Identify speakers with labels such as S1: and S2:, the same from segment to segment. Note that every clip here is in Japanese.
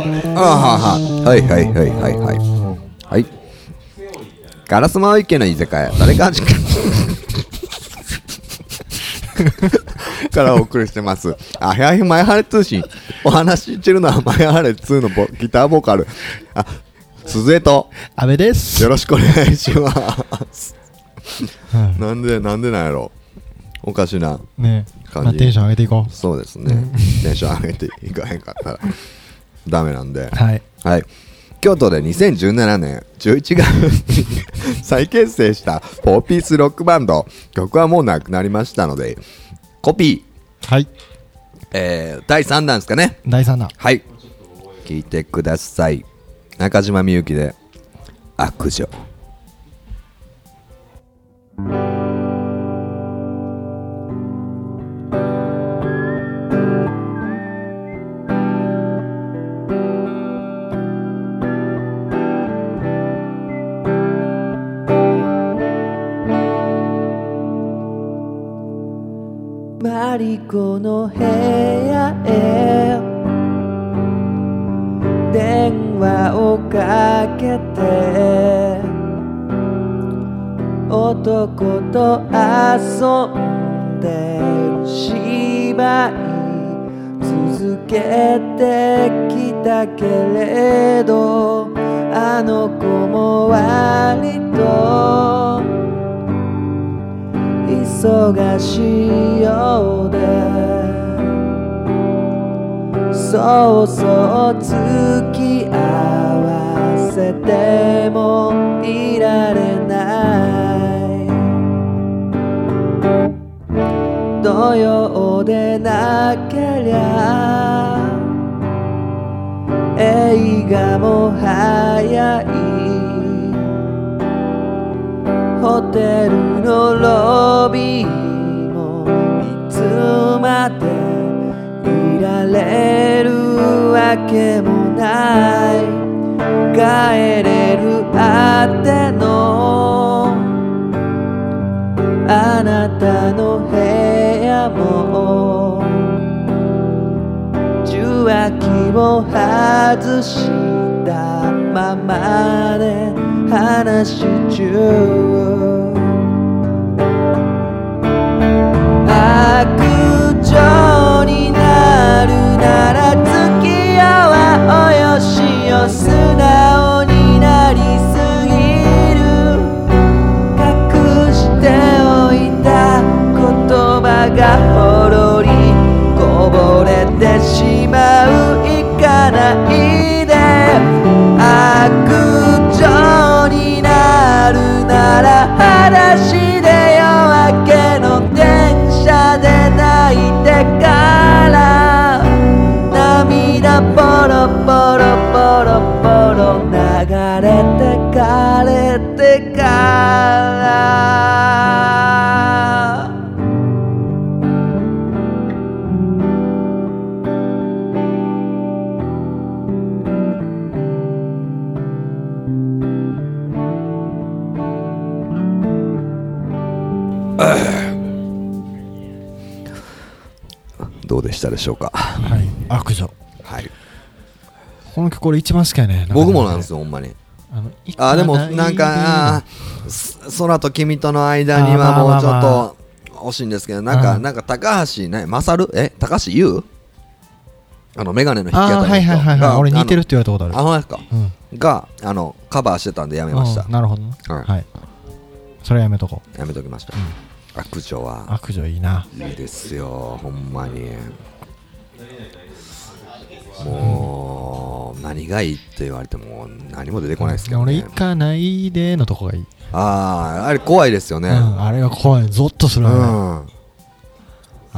S1: あーはーはーはいはいはいはいはいはいガラスマウイ家の居酒屋誰かからお送りしてますあへあへマイハレ通信お話ししてるのはマイハレ2のボギターボーカルあ鈴江と
S2: 安倍です
S1: よろしくお願いしますなんでなんでなんやろおかしな
S2: ね
S1: 感じ
S2: まあ、テンション上げていこ
S1: そうですねテンション上げていかへんかったらダメなんで
S2: うはい
S1: はい、京都で2017年11月に 再結成した4ピースロックバンド曲はもうなくなりましたのでコピ
S2: はい
S1: ー、えー第3弾ですかね
S2: 第3弾
S1: はい聞いてください中島みゆきで「悪女」
S3: マリコの部屋へ電話をかけて男と遊んでる芝居続けてきたけれどあの子も割と忙しいようでそうそう付き合わせてもいられない土曜でなけりゃ映画も早いホテルのロビーもいつまでいられるわけもない帰れるあてのあなたの部屋も受話器を外したままで話し中悪女になるなら付き合わおよしよ素直になりすぎる隠しておいた言葉がほろりこぼれてしまう行かないで悪女になるなら裸足で夜明けの電車で泣いてから涙ポロポロポロポロ流れてかれてから
S1: どうでしたでしょうか、
S2: はい悪女
S1: はい、
S2: この曲俺一番好きやね
S1: 僕もなんです
S2: よ
S1: よほんまに
S2: あ
S1: あ
S2: の
S1: でもなんかあーす空と君との間にはもうちょ
S2: あーまあ
S1: っ
S2: まあま
S1: と惜しいんですけどなんか
S2: うん
S1: なんか高橋ね勝るえ高橋優あのメガネの引き
S2: あ
S1: 当
S2: ー
S1: た
S2: はい
S1: り
S2: はい
S1: の人
S2: はいはい
S1: が
S2: 俺似てるって言われたことあ
S1: あ
S2: る
S1: のあのですか
S2: うん
S1: があのカバーしてたんでやめました
S2: うんなるほどね
S1: はい
S2: はいそれはやめとこう
S1: やめときました悪女は
S2: 悪女いいない
S1: いですよほんまにもう何がいいって言われても何も出てこないですけど
S2: 俺
S1: ね
S2: 行かないでのとこがいい
S1: あああれ怖いですよね
S2: うんあれが怖いゾッとするわね
S1: うん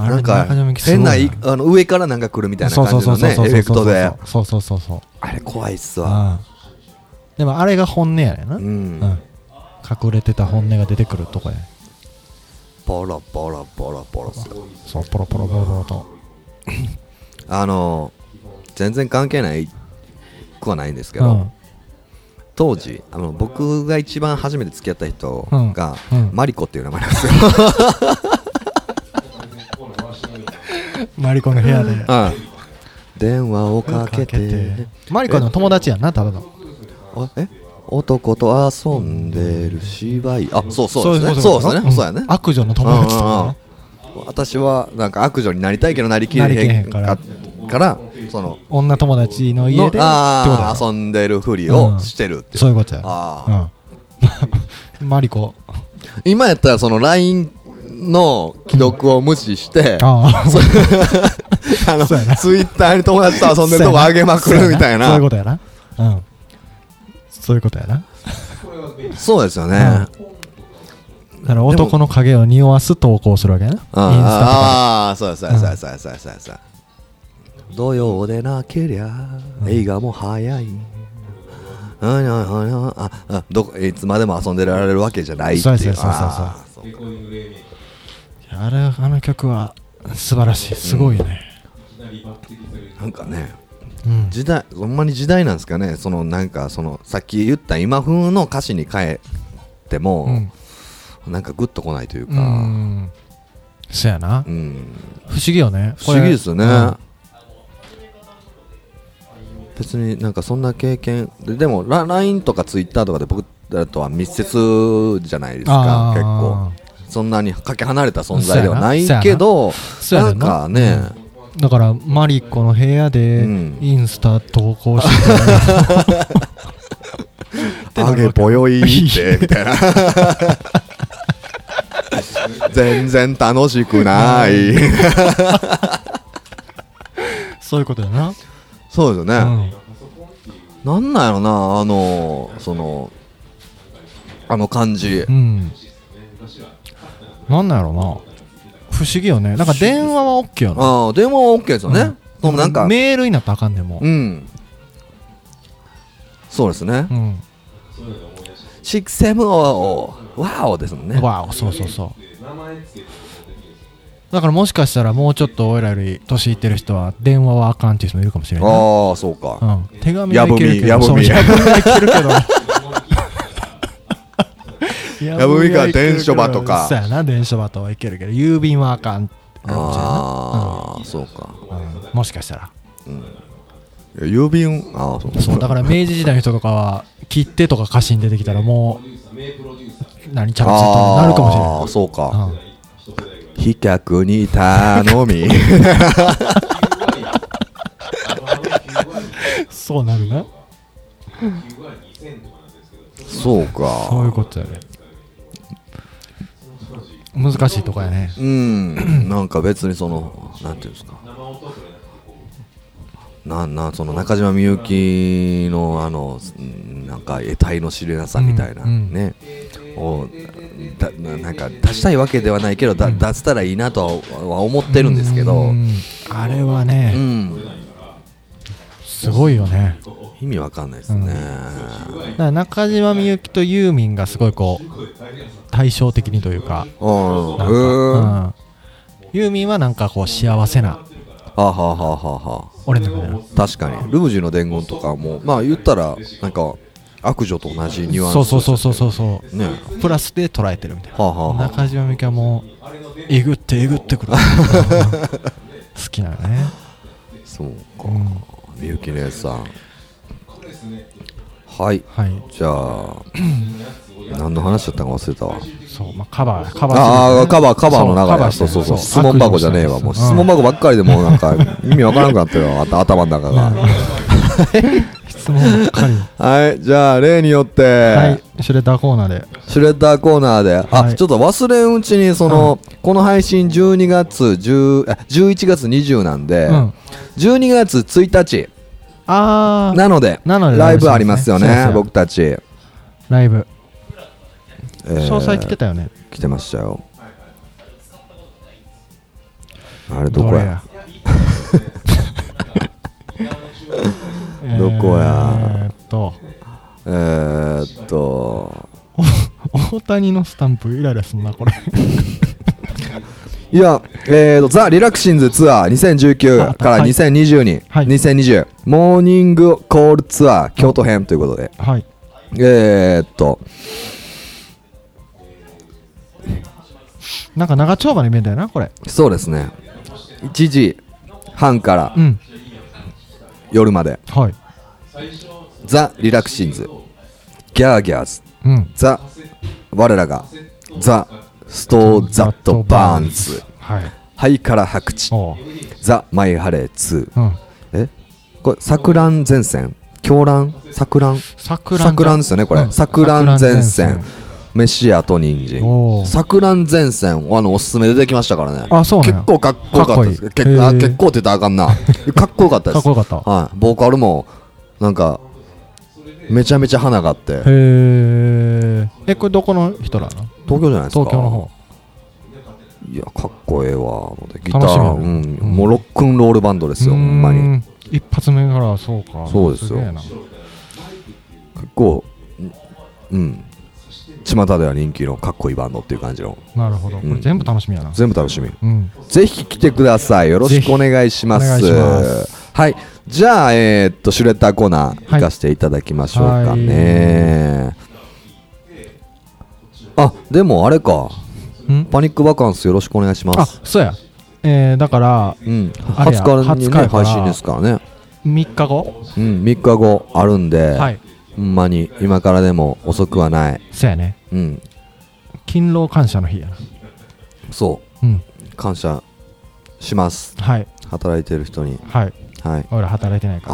S2: あれ
S1: なんか
S2: 中島みゆきすごい
S1: 変なあの上からなんか来るみたいな
S2: そう
S1: 感
S2: そう
S1: じ
S2: そ
S1: の
S2: うそ
S1: ね
S2: う
S1: エ
S2: そう
S1: フェクトで
S2: そうそうそうそう
S1: あれ怖いっすわ
S2: うんでもあれが本音やねんな
S1: う
S2: うん
S1: ん
S2: 隠れてた本音が出てくるとこやね
S1: ポロポロポロポロっす
S2: そうポロポロポロポロと
S1: あの全然関係ないくはないんですけ
S2: う
S1: ど、
S2: ん
S1: 当時あの僕が一番初めて付き合った人が、
S2: うんうん
S1: マリコっていう名前なんですよ、
S2: マリコの部屋で
S1: うん電話をかけて
S2: マリコの友達やんなただの
S1: あえ男と遊んでる芝居あそうそうですね
S2: い
S1: そう
S2: こ
S1: です
S2: と
S1: ねそうやね
S2: ん悪女の友達と
S1: うんうんう
S2: か
S1: ん私はなんか悪女になりたいけどなりきれへんか
S2: な
S1: ら
S2: り
S1: からその
S2: ね女友達の家で
S1: の
S2: ってこと
S1: あ
S2: だ
S1: ー遊んでるふりをしてるっていう
S2: そういうことや
S1: あ
S2: うんマリコ
S1: 今やったらその LINE の既読を無視して
S2: ああ
S1: あの
S2: そうやな
S1: ツイッターに友達と遊んでるとこ上げまくるみたい
S2: そう
S1: な
S2: いうことやなうんそういうことやな
S1: そうですよね
S2: だから男の影を匂わす投稿するわけやなインスタとか
S1: ああーそうやそうやそうやそうやそうやそうやそうや土曜でなけりゃ映画も早いはいはいはいはいああどこいつまでも遊んでられるわけじゃないっていう
S2: そうやそうやそうやそうや
S1: あーそうか
S2: であれあの曲は素晴らしいすごいね
S1: なんかね
S2: うん
S1: 時代ほんまに時代なんですかねそのなんかそのさっき言った今風の歌詞に変えても、なんかグッとこないという
S2: う
S1: か、
S2: んそやな
S1: うん
S2: 不思議よね
S1: 不思議ですよね、
S2: これうん
S1: 別になんかそんな経験ででもラ LINE とか Twitter とかで僕だとは密接じゃないですか
S2: あー
S1: 結構そんなにかけ離れた存在ではないけど
S2: そ
S1: な
S2: うやね
S1: ん
S2: ん
S1: かね、
S2: だからマリコの部屋で
S1: うん
S2: インスタ投稿して、
S1: あげぼよい ってみたいな全然楽しくない
S2: そういうことやな、
S1: そうですよ
S2: う
S1: ね、
S2: ん、
S1: なんなんやろなあのそのあの感じ
S2: うん。なんなんやろな。不思議よね。なんか電話は OK よな。
S1: ああ電話は OK ですよね、
S2: うん
S1: でもなんか
S2: メールになったらあかんでも
S1: う。んそうですね、
S2: うん。
S1: シクセムオーワオですもんね
S2: わお、そうそうそう。だからもしかしたらもうちょっと俺らより年いってる人は電話はあかんっていう人もいるかもしれないな。
S1: ああそうか、
S2: うん、手紙はいけるけど
S1: やぶみ
S2: そう
S1: や
S2: や
S1: ぶ
S2: ぶみはいけるけど
S1: やぶみか
S2: はいけるけど
S1: 電書場とか
S2: そうやな電書場とかはいけるけど郵便はあかんってなるかもしれんな
S1: ああ、そうか
S2: うんもしかしたら
S1: いや郵便ああそうか
S2: そうだから明治時代の人とかは切手とか歌詞に出てきたらもう何ちゃらちゃとなるかもしれ
S1: ああそうか、
S2: ない、うん
S1: 飛脚に頼み
S2: そうなるな
S1: そう
S2: そうい
S1: か
S2: うことやね難しいとこやね
S1: うんなんか別にそのなんていうんですかなんなんその中島みゆきのあのうんなんか得体の知れなさみたいな、
S2: うんうん
S1: ねをだななんか出したいわけではないけど、だ出せたらいいなとはは思ってるんですけど、
S2: うんあれは
S1: う
S2: ね
S1: ん、
S2: すごいよね
S1: 意味わかんないですね、
S2: だから中島みゆきとユーミンがすごいこう対照的にというか
S1: うん、
S2: なんか、
S1: うんは
S2: うんユーミンはなんかこう幸せな
S1: あはあはあはあはあ
S2: 俺の中での
S1: 確かにルージュの伝言とかもまあ言ったらなんか悪女と同じニュアンス
S2: そうそうそうそうそうそう、
S1: ね
S2: プラスで捉えてるみたいな、
S1: はあはあはあ
S2: 中島みゆきはもうえぐってえぐって くる好きなのね、
S1: そうか
S2: うん、
S1: みゆき姉さんはい
S2: はい
S1: じゃ あ何の話だったか忘れたわ
S2: そう、まあ、カバーカバー
S1: ああカバーカバーの
S2: そうカ
S1: 中
S2: バ
S1: で
S2: ーして
S1: そう
S2: る
S1: そうそう
S2: そう
S1: 質問箱じゃねえわもう
S2: 悪
S1: 質
S2: 女してる
S1: 問箱ばっかりでもうなんか意味わからなくなってるわあた頭の中が
S2: 質問ばっかり
S1: はいじゃあ例によっ
S2: は
S1: て
S2: いシュレッダーコーナーで
S1: シュレッダーコーナーで
S2: は
S1: あ
S2: い
S1: ちょっと忘れんうちにそのこの配信12月10あ11月20なんで
S2: うん
S1: 12月1日
S2: ああ
S1: なので
S2: なので
S1: ライブありますよ
S2: そうです
S1: ね
S2: ね
S1: 僕たちえ
S2: ライブ
S1: ー
S2: 詳細来てたよね、
S1: 来てましたよあれどこや
S2: どれ や
S1: どこや
S2: えーっと
S1: えーっと
S2: 大谷のスタンプイライラすんなこれ
S1: いや、えーと、ザ・リラクシンズツアー2019から
S2: はい
S1: 2020に、
S2: はい
S1: 2020モーニングコールツアー京都編ということで、
S2: はい
S1: えーっと、
S2: なんか長丁場のイベントやなこれ
S1: そうですね、1時半から
S2: うん
S1: 夜まで
S2: はい
S1: ザ・リラクシンズギャーギャーズ
S2: うん
S1: ザ・我らがザ・ストー・ザット・バーンズ
S2: はい
S1: ハイカラ・白地
S2: おう
S1: ザ・マイ・ハレー2
S2: うん
S1: えこれ錯乱前線狂乱錯乱
S2: 桜
S1: 錯乱ですよねこれ
S2: うん
S1: 錯乱前線飯屋と人参
S2: おー
S1: 錯乱前線あのおすすめ出てきましたからね
S2: あそうなんや
S1: 結構かっこよかったです
S2: かっこいい
S1: 結構あ
S2: へー
S1: 結構って言ったらあかんなかっこよかったです
S2: かっこよかった
S1: はいボーカルもなんかめちゃめちゃ花があって
S2: へーえこれどこの人なの
S1: 東京じゃないですか
S2: 東京の方
S1: いやかっこええわギタ
S2: 楽しみ
S1: ー
S2: や
S1: う
S2: ね
S1: ん
S2: うん
S1: もうロックンロールバンドですよほんま
S2: うー
S1: に
S2: ん一発目からそうか
S1: そうですよ
S2: げえな
S1: 結構うん巷では人気のかっこいいバンドっていう感じの
S2: なるほどこれ全部楽しみやな
S1: 全部楽しみ
S2: うん
S1: ぜひ来てくださいよろしくお願いします
S2: ぜひお願いしま
S1: はいじゃあえーっとシュレッダーコーナー
S2: は
S1: 行
S2: い
S1: かせていただきましょうかね、あでもあれか
S2: うん
S1: パニックバカンスよろしくお願いしま
S2: あ
S1: す
S2: そうやえーだから
S1: うん、
S2: あれや
S1: 20日に、ね、
S2: 20日やから
S1: 配信ですからね、
S2: 3日後
S1: うん、3日後あるんで、
S2: はい
S1: ほんまに今からでも遅くはない、
S2: そうやね
S1: うん、
S2: 勤労感謝の日やな
S1: そ
S2: うん
S1: う感謝します
S2: はい
S1: 働いてる人に
S2: はい
S1: はい
S2: 俺ら働いてないか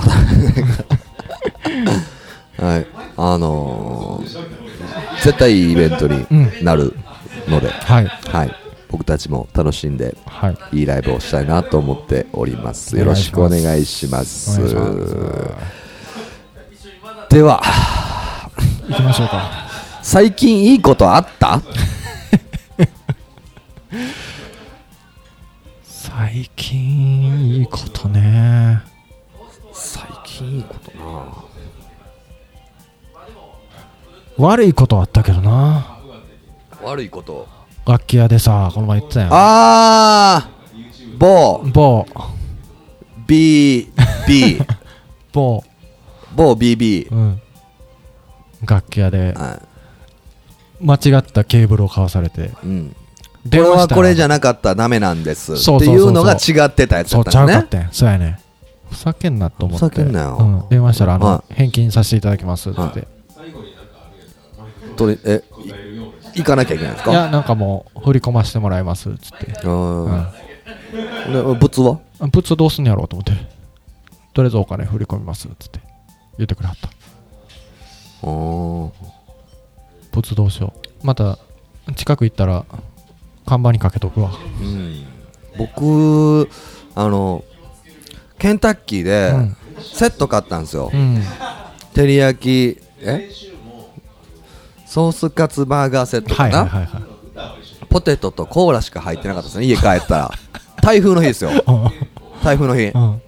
S2: ら
S1: はい、あのー絶対いいイベントになるので、
S2: はい
S1: はい、僕たちも楽しんで
S2: はい
S1: いいライブをしたいなと思っております。よろしくお願いします。
S2: お願いしま
S1: では、
S2: す行きましょうか
S1: 最近いいことあった
S2: 最近いいことね
S1: 最近いいことな
S2: 悪いことはあったけどな
S1: 悪いこと。
S2: 楽器屋でさこの前言ってたやん
S1: あー、某
S2: 某
S1: BB、
S2: 某
S1: 某 BB
S2: う。ん楽器屋で
S1: は
S2: 間違ったケーブルを買わされて
S1: いうん、これ
S2: 電話し
S1: は
S2: たら
S1: これじゃなかったらダメなんです
S2: そう
S1: っ
S2: そう
S1: て
S2: そう
S1: い
S2: そう
S1: うのが違ってたやつだ
S2: そ
S1: っ
S2: うちゃ
S1: た
S2: うんか
S1: だ
S2: っ
S1: ね
S2: てんそうやねふざけんなと思って
S1: ふざけんなよ
S2: うん、電話したらあの、
S1: は
S2: 返金させていただきますって言って、
S1: とりえい行かなきゃいけないんです
S2: い、
S1: か
S2: やなんかもう振り込ませてもらいますっつって
S1: う
S2: うんん
S1: で物は
S2: あ物どうすんのやろうと思ってとりあえずお金振り込みますっつって言ってくれはった
S1: お
S2: 物どうしようまた近く行ったら看板にかけとくわ
S1: うん、僕あのケンタッキーで
S2: うん
S1: セット買ったんですよ、
S2: うん
S1: 照り焼きえソースカツバーガーセット
S2: は
S1: か
S2: い
S1: な、
S2: はいはいはい
S1: ポテトとコーラしか入ってなかったですね家帰った ら台風の日ですよ台風の日
S2: うん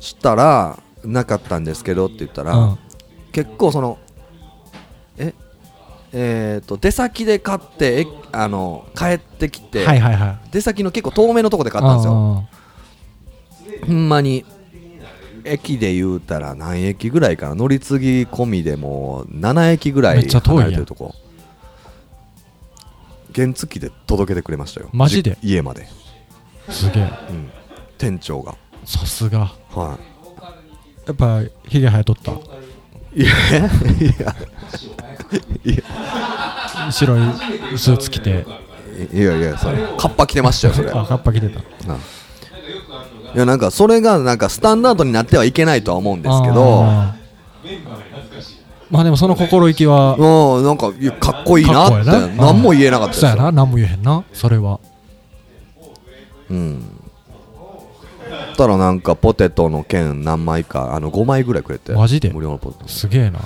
S1: したらなかったんですけどって言ったら、
S2: うん
S1: 結構そのええー、と出先で買ってえあの帰ってきて、
S2: はいはいはい
S1: 出先の結構遠めのとこで買ったんですよほんまに駅で言うたら何駅ぐらいかな乗り継ぎ込みでもう7駅ぐらい
S2: めっちゃ遠いやん
S1: 離れてるとこ原付で届けてくれましたよ
S2: マジで
S1: じ家まで、
S2: うんすげえ
S1: うん、店長が
S2: さすが
S1: は
S2: やっぱヒゲ生えとった
S1: いいやいや
S2: 白いスーツ着て
S1: いやいやそれカッパ着てましたよそれ
S2: あカッパ着てた
S1: いやなんかそれがなんかスタンダードになってはいけないとは思うんですけど
S2: あーまあでもその心意気は
S1: うんなんかいやかっこいいな
S2: かっこ
S1: っ
S2: ええ
S1: て何も言えなかったです
S2: そうや
S1: よ
S2: な何も言えへんなそれは
S1: うんたらなんかポテトの券何枚かあの5枚ぐらいくれて
S2: マジで
S1: 無料のポテ
S2: すげえな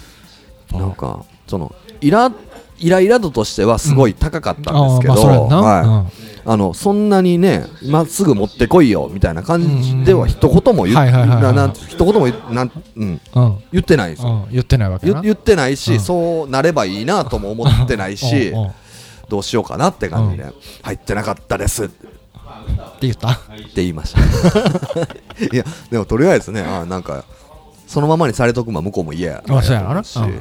S1: トなんかそのイライライラ度としてはすごい高かったんですけど、
S2: あーまあそれはな
S1: はいあのそんなにね今すぐ持ってこいよみたいな感じでは一言も言っ
S2: はいはいはいはい
S1: なな一言も言っなん、うん、
S2: うんうん
S1: 言ってないんですよ
S2: うん言ってないわけ
S1: 言
S2: な
S1: 言ってないし、
S2: うん
S1: そうなればいいなとも思ってないし
S2: うんうんっ
S1: どうしようかなって感じで、入ってなかったですって
S2: て言った
S1: って言いました。 いや、でもとりあえずね、あなんか、そのままにされとくま向こうも嫌や。
S2: あそうやろな
S1: し
S2: うん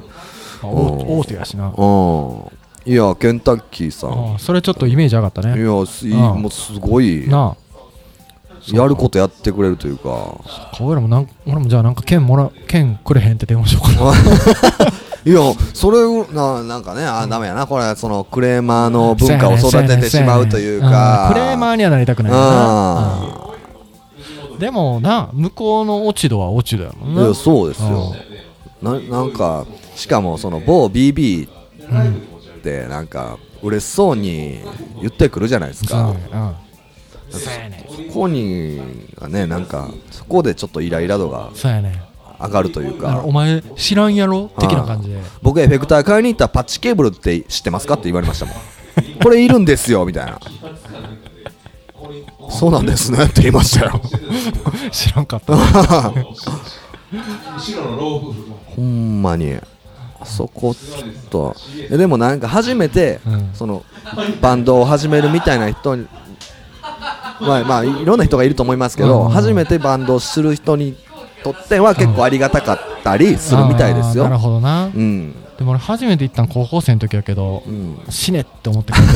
S1: お
S2: 大手やし
S1: う
S2: な
S1: ん。いや、ケンタッキーさん。
S2: あそれちょっとイメージ上がった
S1: い
S2: ね
S1: や、すいい
S2: うん
S1: もうすごい。
S2: なあ
S1: やることやってくれるという か
S2: と俺らもなん俺もじゃあなんか券もら券くれへんって電話しようかな
S1: いやそれをななんかねあダメやなこれはそのクレーマーの文化を育ててしまうというか
S2: んクレーマーにはなりたくないよ
S1: あ
S2: な、うんでもな向こうの落ち度は落ち度やもん
S1: い
S2: な
S1: やそうですよななんかしかもその某 BB ってなんか嬉しそうに言ってくるじゃないですか、
S2: うんそうやね
S1: そこにがねなんかそこでちょっとイライラ度が
S2: んそうやねん
S1: 上がるという
S2: だから
S1: か
S2: お前知らんやろ的な感じで
S1: 僕エフェクター買いに行ったらパッチケーブルって知ってますかって言われましたもんこれいるんですよみたいなそうなんですねって言いましたよ
S2: 知らん かった
S1: ほんまにあそこちょっとえでもなんか初めて、
S2: うん
S1: そのバンドを始めるみたいな人にまあまあいろんな人がいると思いますけど、
S2: うん
S1: 初めてバンドをする人にとっては結構ありがたかったりするみたいです
S2: あーなる
S1: よ
S2: ほどな
S1: うん
S2: でも俺初めて行ったの高校生の時やけど
S1: うん
S2: 死ねって思ってくれて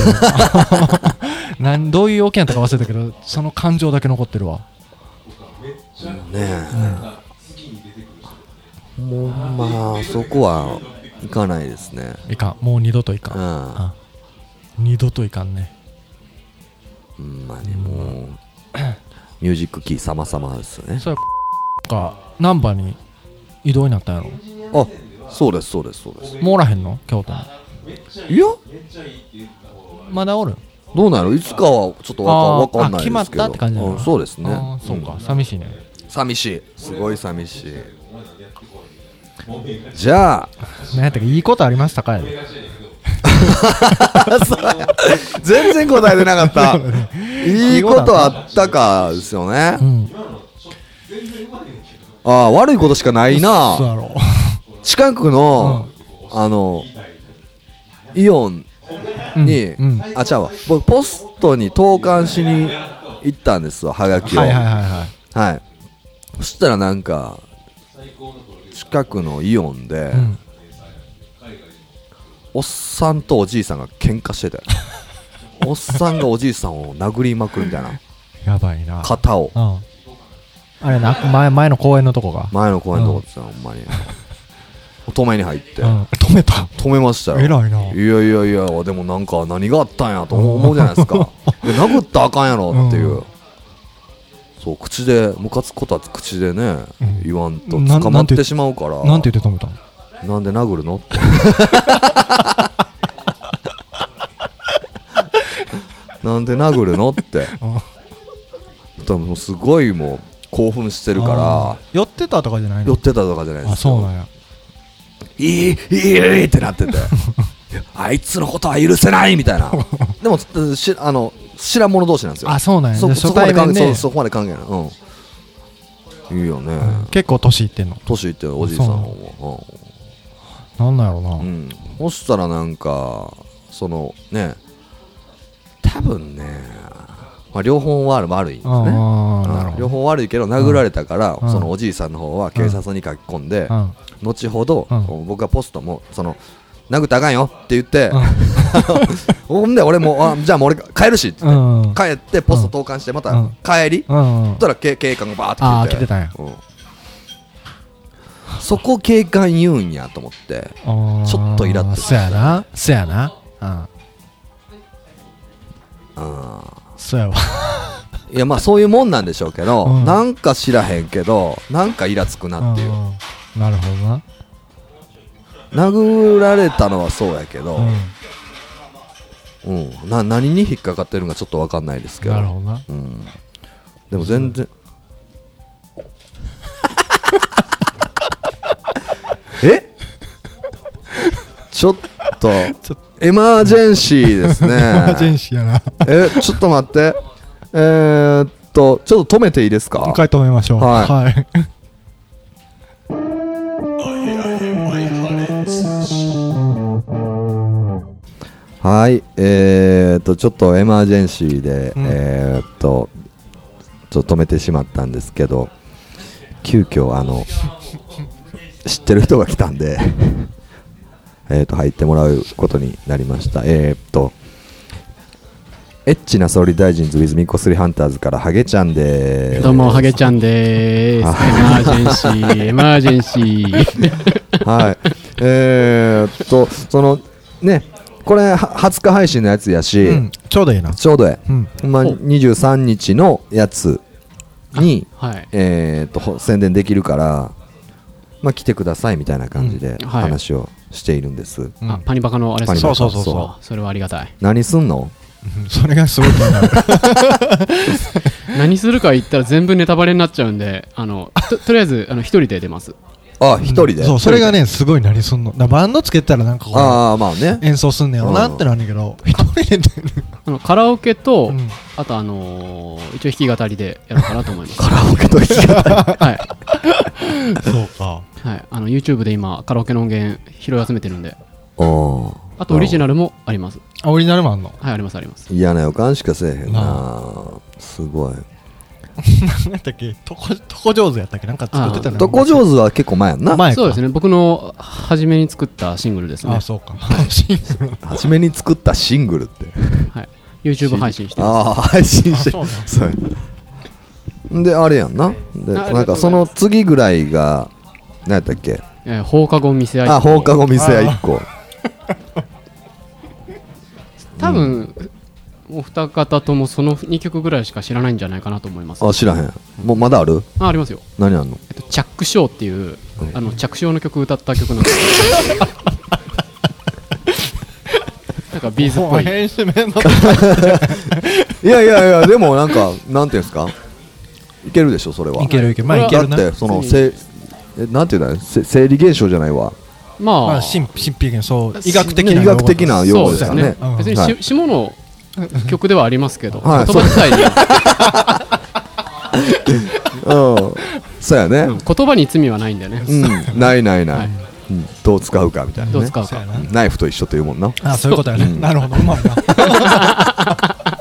S2: なんどういう要件やったか忘れたけどその感情だけ残ってるわ
S1: ねえ、もうまあそこは行かないですね
S2: いかんもう二度といかん、
S1: うん
S2: あ二度といかんね
S1: ほんまにもうミュージックキー様々ですね
S2: それか難波に移動になったんやろ
S1: あそうですそうですそうです
S2: もうおらへんの京都に
S1: いや
S2: まだおる
S1: どうなのいつかはちょっとわか
S2: あー
S1: わかんないですけど
S2: あ決まったって感じなの
S1: うんそうですね
S2: あーそうか、寂しいね
S1: うん寂しいすごい寂しいじゃあ
S2: 何やったかいいことありましたかやで
S1: あそうや全然答えてなかったいいことあったかですよね、
S2: うん
S1: ああ悪いことしかないな
S2: そうやろ
S1: 近くの、あのイオン
S2: う ん
S1: に、
S2: うんはい
S1: あちゃうわ僕ポストに投函しに行ったんですよはがきを
S2: はいはいはい
S1: はいそしたらなんか近くのイオンで、
S2: うん
S1: おっさんとおじいさんが喧嘩してて おっさんがおじいさんを殴りまくるみたいな
S2: やばいな
S1: 肩を
S2: うんあれな前前の公園のとこが、
S1: 前の公園のとこってたほんまに止めに入って、
S2: うん、止めた
S1: 止めましたよ
S2: 偉いない
S1: やいやいやでもなんか何があったんやと思うじゃないですかいや殴ったらあかんやろっていう、
S2: うん
S1: そう口でムカつくことは口でね、
S2: うん
S1: 言わんと
S2: な
S1: 捕まってしまうから
S2: なんて言って止めたの
S1: なんで殴るのってなんで殴るのって多分すごいもう興奮してるか
S2: 寄ってたとかじゃない
S1: ら寄
S2: の
S1: ってたとかじゃないで
S2: あ
S1: すよ
S2: そうなんや
S1: いいいいいいってなってて いやあいつのことは許せないみたいなでもしあの知らん者同士なんですよ
S2: あそうなんや
S1: そ
S2: で
S1: そ
S2: 初
S1: こま
S2: 対
S1: で関
S2: 面
S1: 係
S2: で
S1: そうそこまで関係ない、うん、いいよね
S2: 結構年いってんの
S1: 年いってるおじいさんも
S2: なんなんやろな、
S1: うん、うん、そしたらなんかそのね多分ね、まあ、両方悪悪いんですね
S2: あ
S1: う
S2: あ
S1: ん
S2: なるほ
S1: 両
S2: ど
S1: 方悪いけど殴られたから、
S2: うん
S1: そのおじいさんの方は警察に書き込んで、
S2: うん
S1: 後ほど、
S2: うん
S1: 僕がポストもその殴ったらあかんよって言って、
S2: うん
S1: ほんで俺もあじゃあもう俺帰るしって
S2: うんうん
S1: 帰ってポスト投函してまた
S2: うん
S1: 帰り、
S2: うんうん
S1: そしたら警警官がバー
S2: あ
S1: っ
S2: あ
S1: て来て
S2: 来てたんや
S1: うんそこ警官言うんやと思ってちょっとイラッとし
S2: そやなそやなうん
S1: あ
S2: そやわ
S1: ーいやまあそういうもんなんでしょうけど、
S2: うん
S1: なんか知らへんけどなんかイラつくなっていう、
S2: うんなるほどな
S1: 殴られたのはそうやけど、
S2: う
S1: うん、な何に引っかかってるのかちょっと分かんないですけ
S2: ん
S1: ど
S2: なるほどな
S1: うん、でも全然えちょっ とエマージェンシーですね
S2: マージェンシーやな
S1: えちょっと待ってえー、っとちょっと止めていいです
S2: 一
S1: か
S2: 回止めましょう
S1: はい
S2: はい
S1: はいえー、っとちょっとエマージェンシーで、
S2: うん
S1: えー、っとちょっと止めてしまったんですけど急遽あの知ってる人が来たんで えー、と入ってもらうことになりましたえー、っとエッチな総理大臣ズ・ウィズ・ミコスリハンターズからハゲちゃんでーす
S4: どうも、ハゲちゃんでーす。エマージ ェンシー、エマージェンシー。
S1: はい。えー、っと、その、ね、これ、は20日配信のやつやし、
S2: うん、ちょうどいいな。
S1: ちょうどや。
S2: うん。
S1: まあ、
S4: ほう
S1: 23日のやつに、
S4: はい。
S1: えー、っと、ほ宣伝できるから、まあ、来てくださいみたいな感じで
S4: うんはい
S1: 話をしているんです。
S2: うん
S4: あ、パニバカのあれです
S1: パ
S4: ね
S1: ニバカ
S2: そうそうそうそう
S4: あそれはありがたい。
S1: 何すんの
S2: うんそれがすごい気になる。
S4: 何するか言ったら全部ネタバレになっちゃうんで、あの、ととりあえず、あの、一人で出ます。
S1: あ、一人で、
S2: そう、それがね、すごいなりすんの。だからバンドつけたらなんかこう
S1: ああ、まあね。
S2: 演奏すんねやろなってなんだけど、一人で出る。
S4: あの、カラオケと、
S2: うん
S4: あと、あのー一応弾き語りでやろうかなと思います。
S1: カラオケと一緒だ
S4: はい。
S2: そうか。
S4: はい。あの、YouTube で今、カラオケの音源拾い集めてるんで、
S1: おー
S4: あとオリジナルもあります。
S2: あ、オリジナルもあんの。
S4: はい、あります、あります。
S1: 嫌な予感しかせえへん
S2: な
S1: な。すごい。
S2: なんだっけ、とこ、とこ上手やったっけなんか作ってたの
S1: とこ上手は結構前やんな。
S2: 前か
S4: そうですね、僕の初めに作ったシングルですね
S2: あ、。そうか。シンプルな
S1: 初めに作ったシングルって。
S4: はい、YouTube 配信してます。
S1: ああ、配信して
S2: あそうな
S1: そうやで、あれやんな。で、
S4: あありがとうございます
S1: なんかその次ぐらいが、何やったっけ
S4: えー放課後見せ合い。
S1: あ、放課後店屋1個。
S4: 多分、お二方ともその2曲ぐらいしか知らないんじゃないかなと思います。
S1: あ、知らへん。もうまだある
S4: あ、ありますよ。
S1: 何あんの
S4: えっと、チャックショーっていう、あの、チャックショーの曲歌った曲なんですけど。なんかビーズっ
S2: も
S4: ぽ
S2: う
S4: い。
S2: 編集面倒
S1: いやいやいや、でもなんか、なんていうんですかいけるでしょ、それは。
S2: いけるいける。まあ
S4: これ
S2: い
S4: は
S2: ける
S1: だっ
S2: な
S1: て、。その、せいえなんていうんだろうせ生理現象じゃないわ。
S4: ま
S2: ま
S4: あ、
S2: あ、神神秘的な、そう、医学的な。
S1: 医学的な用語
S4: そう
S1: で
S4: ですす
S1: か
S4: よ
S1: らね
S4: ね。
S2: うん。
S4: 別に
S1: はい
S4: し、下の曲ではありますけど、
S1: はい
S4: 言葉自体に、
S1: うん。そうやね。
S4: 言葉に罪はないんだよね。
S1: うん、ないないない、
S4: はい
S1: うんどう使うかみたいな、ね、
S4: どう使う
S2: そう
S4: か
S2: や。な。
S1: ナイフと一緒というもんな
S2: あ、そういうことやね。なるほど、うまいな。
S1: あ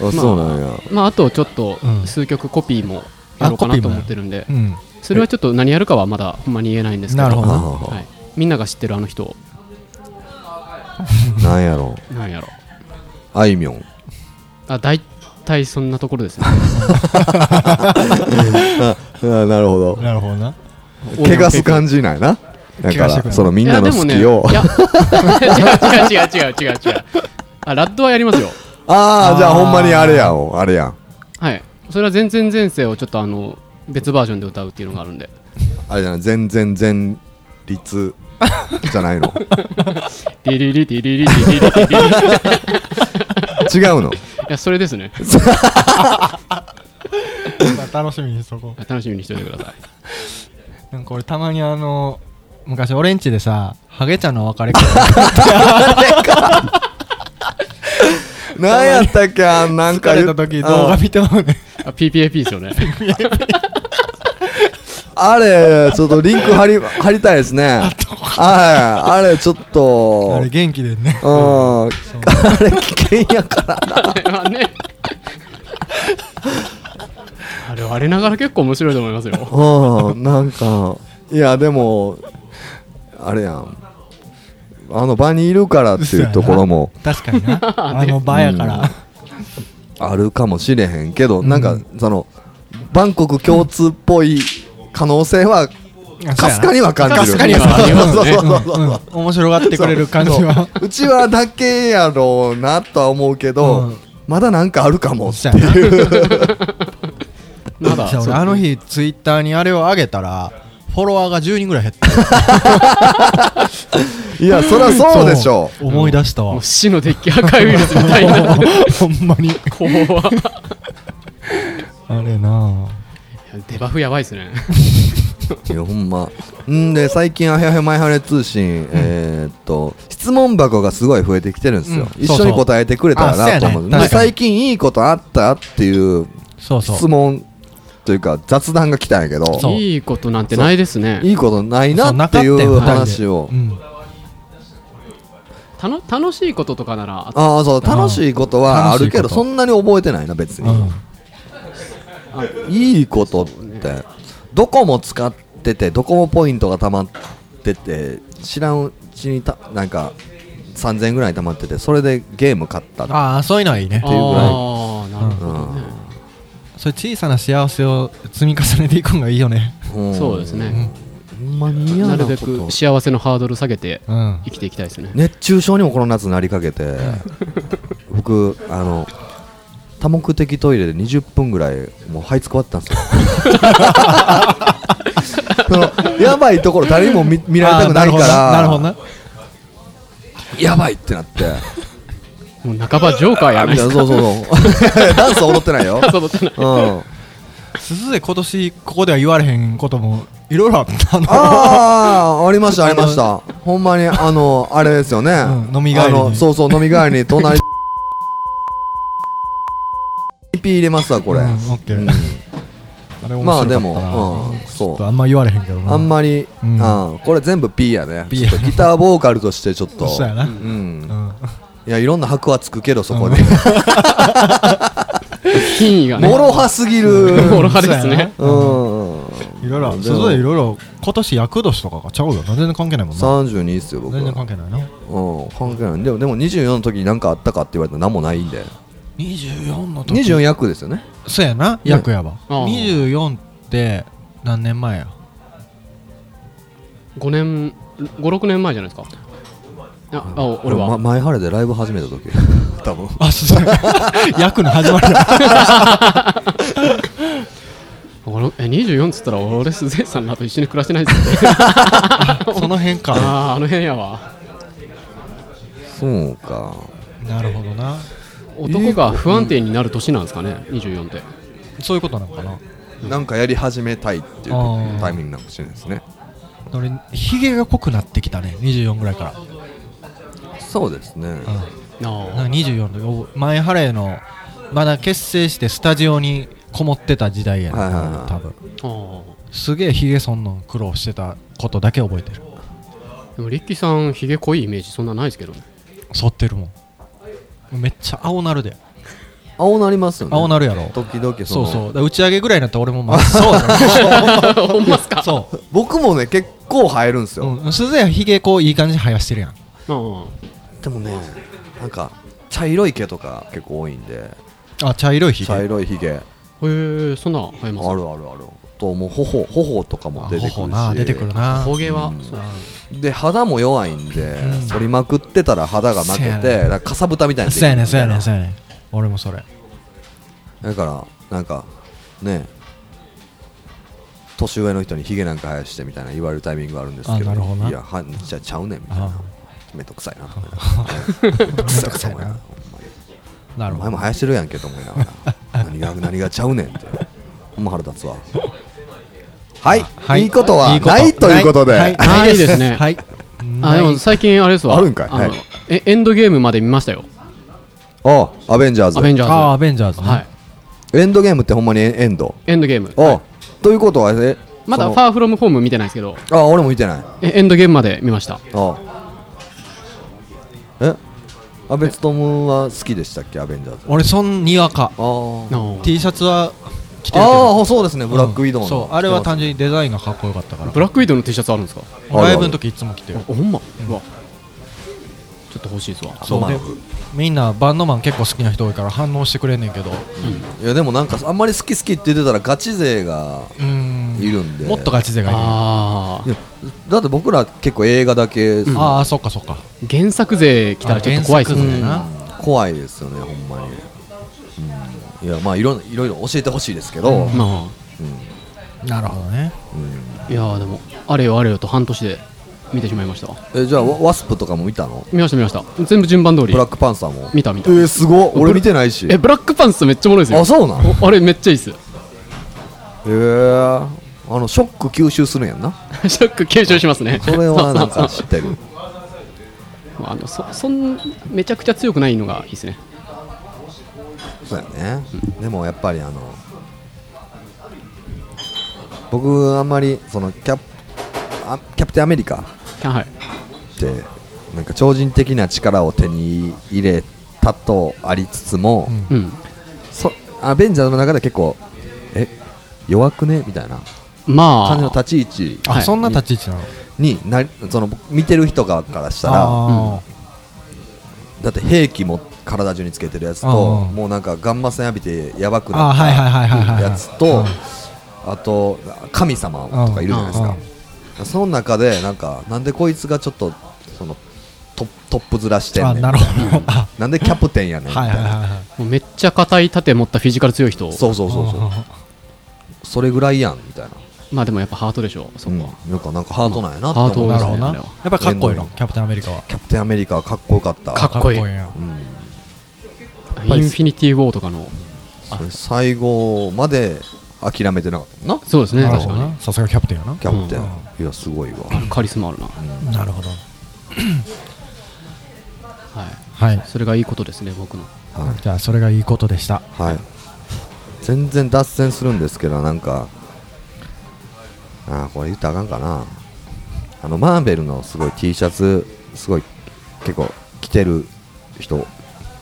S1: そうなんや
S4: まあ、あとちょっと
S2: うん
S4: 数曲コピーもやろう
S2: あコ
S4: か
S2: ピ
S4: な
S2: ー
S4: と
S2: もね
S4: 思ってるんで、
S2: うん。
S4: それはちょっと何やるかはまだほんまに言えないんですけど
S2: なるほどな。
S1: あ
S4: はい、みんなが知ってるあの人
S1: あなんやろ
S4: なんやろ
S1: あいみょん
S4: あ大体そんなところですね
S1: ああなるほど
S2: なるほどな。
S1: 怪我す感じないなだ
S2: 怪
S1: か
S2: 我して
S1: ら
S2: くれる
S1: そのみんなの好きを、
S4: いやでもねいや違う違う違う違う違うあラッドはやりますよ
S1: ああじゃあ
S2: あー
S1: ほんまにあれやんあれやん
S4: はいそれは全然前世をちょっとあの別バージョンで歌うっていうのがあるんで
S1: あれじゃない全然全律じゃない の
S4: 「ディリリディリリディリリディリリ」い
S1: 違うの
S4: やそれですね
S2: まあ楽しみにしとこう。
S4: 楽しみにしておいてください
S2: なんか俺たまにあの昔俺んちでさハゲちゃんの別れ会
S1: 何やったっけあんなんか
S2: 疲れ
S1: 言
S2: た
S1: っ
S2: 時動画
S1: あ
S2: 見てもね
S4: あ PPAP ですよね
S1: あれちょっとリンク貼り貼りたいですねはいあれちょっと
S2: あれ元気でね
S1: うん、あれ危険やからな。
S4: まあねあれ我ながら結構面白いと思いますよ
S1: うん、なんか、いや、でも、あれやん。あの場にいるからっていうところも
S2: 確か になあの場やから
S1: あるかもしれへんけど、
S2: ん
S1: なんか、その、バンコク共通っぽい可能性は、かすかには感じる。
S4: かすかにはありますね
S1: そうそうそうそう
S2: うんうん面白がってくれる感じは
S1: そううちはだけやろうなとは思うけど、
S2: うん
S1: まだなんかあるかもって
S2: そうや
S1: いう。
S4: まだ
S2: じゃあ
S4: そ
S2: 俺
S4: う
S2: あの日ツイッターにあれを上げたらフォロワーが10人ぐらい減った
S1: いや、 そりゃそうでしょう。
S2: そう思い出したわ
S4: もう死のデッキ破壊ウイルスみたいな
S2: ほんまに
S4: 怖い
S2: あれな
S4: や デバフやばいですね
S1: いやほんまんで最近「あへあへマイハレ通信」えーっと質問箱がすごい増えてきてるんですよ、
S2: うん
S1: 一
S2: そう
S1: 緒
S2: そう
S1: に答えてくれたら
S2: あそう
S1: な
S2: や
S1: と
S2: ね
S1: 思う、で
S2: 確かに
S1: 最近いいことあったっていう
S2: そうそう
S1: 質問というか雑談が来たんやけど
S2: そう
S4: いいことなんてないですね
S1: いいことない
S2: そ
S1: なってい
S2: なかった
S1: う
S2: よ
S1: 話を
S2: う、ん
S4: たの楽しいこととかならあ
S1: ああそう楽しいことはあるけど
S2: 楽しいこと
S1: そんなに覚えてないな別に、
S2: うん
S1: いいことってどこも使っててどこもポイントがたまってて知らんうちにたなんか3000円ぐらい貯まっててそれでゲーム買ったって
S2: ああそういうのはいいね
S1: ていうぐらい
S4: ああなるほどね、
S2: それ小さな幸せを積み重ねていくのがいいよね
S1: うん
S4: そうですね、
S1: ほんまに嫌
S4: な
S1: な
S4: る
S1: こ
S4: べ
S1: と
S4: く幸せのハードル下げて
S2: うん
S4: 生きていきたいですね
S1: 熱中症にもこの夏なりかけて僕あの多目的トイレで20分ぐらいもう這いつくわってたん ですよそのやばいところ誰にも見見られたくないか
S2: あ
S1: ら
S2: ーなるほどななるほど
S1: やばいってなって
S4: もう半ばジョーカーや
S1: あ
S4: ない
S1: みた
S4: で
S1: い
S4: す
S1: な
S4: か
S1: そうそうそうダンスは踊ってないよ、
S4: そうだね
S1: うん、
S2: な鈴で今年ここでは言われへんこともいろいろあったの
S1: ああありましたありましたほんまにあのあれですよね、
S2: うん飲み帰りに
S1: あのそうそう飲み帰りに隣ピー入れますわこれ、
S2: うん、オッケー、
S1: うん
S2: あれ面白か
S1: まあ
S2: ったな
S1: でもうん
S2: ちょっ
S1: そう
S2: とあんま言われへんけどな
S1: あんまり、
S2: うん
S1: あーこれ全部 P やね
S2: P
S1: ちょっとギターボーカルとしてちょっと
S2: そうやな、う
S1: うんんいやいろんな箔はつくけどそこに、
S4: 品位がね
S1: もろはすぎる
S4: もろはですね
S1: うん
S2: いろいろ、
S1: でも
S2: それぞれいろいろ、今年役年とかがちゃうよな。全然関係ないもんな。
S1: 32っすよ僕
S2: 全然関
S1: は
S2: 係ないな。
S1: うん関係ないでもでも24の時に何かあったかって言われたら何もないんで
S2: 24の時。
S1: 24役ですよね
S2: そうやな、役やば。
S4: ああ
S2: 24って何年前や
S4: 5年56年前じゃないですかああ俺は、
S1: ま前原でライブ始めた時 多分
S2: あ、そう や。役の始まりだ。
S4: 俺え24っつったら俺鈴江さんらと一緒に暮らしてないですよね
S2: その辺か。
S4: あああの辺やわ
S1: そうか
S2: なるほどな。
S4: 男が不安定になる年なんですかね24って
S2: そういうことなのかな。
S1: なんかやり始めたいっていう
S2: あー
S1: タイミングなのかもしれないですね
S2: 俺、ひげが濃くなってきたね。24ぐらいから。
S1: そうですね
S2: うん。な
S4: あ
S2: んか24の前ハレーの、まだ結成してスタジオにこもってた時代やね
S1: はいはいはい
S2: 多分。
S4: ああ
S2: すげえヒゲそんの苦労してたことだけ覚えてる
S4: あでもリッキーさんひげ濃いイメージそんなないですけどね
S2: 剃ってるもんめっちゃ青なるで
S1: 青なりますよね
S2: 青なるやろ
S1: 時々そ
S2: そ
S1: の
S2: うそうだから打ち上げぐらいになったら俺もまあ そうだ
S4: ほんまっすか
S2: そ
S1: 僕もね結構生えるんです
S2: う
S1: よ、
S2: うん鈴やヒゲこういい感じに生やしてるやん
S4: うん
S1: でもねなんか茶色い毛とか結構多いんで
S2: あ茶色いヒゲ
S1: 茶色いひげある
S4: へえそんなん生えま
S1: あ
S4: す
S1: るあるともう頬頬とかも
S2: あ
S1: 出てく
S2: 頬
S1: る
S2: な
S1: し
S2: 出てくるな
S4: 焦げは、
S1: うん
S4: そう
S1: で肌も弱いんで
S2: うん
S1: 反りまくってたら肌が負け
S2: せ
S1: てだ
S2: やね
S1: からかさぶたみたいになって
S2: そうやねんそうやねん
S1: だ
S2: そうやねん俺もそれ
S1: からなんかね年上の人にひげなんか生やしてみたいな言われるタイミングがあるんですけど
S2: あなるほどない
S1: やはじゃあちゃうねんみたいな
S2: あ
S1: めんどくさいなと思いなが らめんどくさいなと思いながら
S2: あなる
S1: お
S2: ほ
S1: 前
S2: ど
S1: も生やしてるやんけと思いながら何が何がちゃうねんってほんま腹立つ わはい、い、いことはないということで、
S2: はい
S4: ない
S2: ないで
S4: ですすね
S2: はい
S4: あ
S2: な
S4: で
S2: い
S4: も最近あれですわ
S1: あるんかい
S4: の
S1: はい
S4: えエンドゲームまで見ましたよ
S1: おアベンジャーズ
S4: アベンジャーズ
S2: あアベンジャーズね
S4: はい
S1: エンドゲームってほんまにエンド
S4: エンドゲーム
S1: お、ということはえ
S4: まだ
S1: そ
S4: フ
S1: の
S4: ァーフロムホーム見てないですけど
S1: あ俺も見てない
S4: えエンドゲームまで見ました
S1: おえ阿部ムは好きでしたっけアベンジャーズ
S2: 俺そんにわか
S1: あー
S2: T シャツは着てるけど
S1: あーそうですねブラックウィドウ
S2: う
S1: の、
S2: んそうあれは単
S1: 純
S2: 純にデザインがかっこよかったから
S4: ブラックウィドウの T シャツあるんですか
S1: あるある
S2: ライブの時いつも着てる
S4: あほんまうわちょっと欲しいですわ
S1: ロマ
S2: で
S1: ノフ
S2: みんなバンドマン結構好きな人多いから反応してくれんねんけどう
S1: いやでもなんかあんまり好き好きって言ってたらガチ勢が
S2: ーん
S1: いるんで
S2: もっとガチ勢がいるあ
S1: い
S4: あ
S1: やだって僕ら結構映画だけ、
S2: あーそっかそっか
S4: ー原作勢来たらちょっと怖いです
S2: あ原作勢
S4: ね
S2: な
S1: 怖いですよねほんまに、うん、いやまあいろんいろいろ教えてほしいですけど、うん
S4: ま
S2: なるほどね
S4: あいやーでもあれよあれよと半年で見てしまいました
S1: えじゃあワワスプとかも見たの
S4: 見ました見ました全部順番通り
S1: ブラックパンサーも
S4: 見た見た
S1: えー、すごっ俺見てないし
S4: えブラックパンツめっちゃおもろいですよ
S1: あそうなんへ
S4: おあれめっちゃいいっす シ
S1: えー、あのショック吸収するんやんな
S4: ョック継承しますね
S1: それは なんか知って る
S4: あのそそんめちゃくちゃ強くないのがいいですね
S1: そうやね、でもやっぱりあの僕あんまりそのキャプあキャプテンアメリカ
S4: はい
S1: ってなんか超人的な力を手に入れたとありつつも、
S2: うん
S4: うん
S1: そアベンジャーズの中で結構え弱くねみたいな
S4: まあ
S1: 感じの立ち位置
S2: あ
S4: はい
S2: そんな立ち位置なの
S1: になりその見てる人側からしたら
S2: あ
S1: だって兵器も体中につけてるやつと
S2: うんうん
S1: もうなんかガンマ線浴びてやばく
S2: あ
S1: なっ
S2: はいはいはいはいは
S1: た
S2: い
S1: やつとあと神様とかいるじゃないです
S2: うんう
S1: か
S2: ん
S1: その中でなんかなんでこいつがちょっとそのトトップずらしてん
S2: あ
S1: ねん
S2: なるほど あ
S1: なんでキャプテンやねんみ
S2: は
S1: た
S2: い
S1: い
S2: はいはい
S1: な
S2: は
S4: もうめっちゃ硬い盾持ったフィジカル強い人
S1: そうそうそうそう
S2: い
S1: それぐらいやんみたいな
S4: まあでもやっぱハートでしょそこは、
S1: うんなんかなんかハートなんやなって
S4: ハート
S1: 思う
S2: なる
S4: です
S2: ほどな
S4: ねあれ
S2: や
S4: は
S2: っぱりかっこいいのキャプテンアメリカは
S1: キャプテンアメリカはかっこよかった
S4: かっこいい
S2: んや
S1: うん
S4: インフィニティ・ウォーとかの
S1: それ最後まで諦めてなかったもんな
S4: そうですね
S2: なる
S4: 確
S2: ほ
S4: か
S2: どなさすがキャプテンやな
S1: キャプテン、
S2: うん
S1: いやすごいわ
S4: にカリスマあるな、
S2: なるほど
S4: はい、
S2: はい
S4: それがいいことですね僕の
S1: は
S2: じゃあそれがいいことでした
S1: い、はい、全然脱線するんですけどなんかあーこれ言ったらあかんかなあのマーベルのすごい T シャツすごい結構着てる人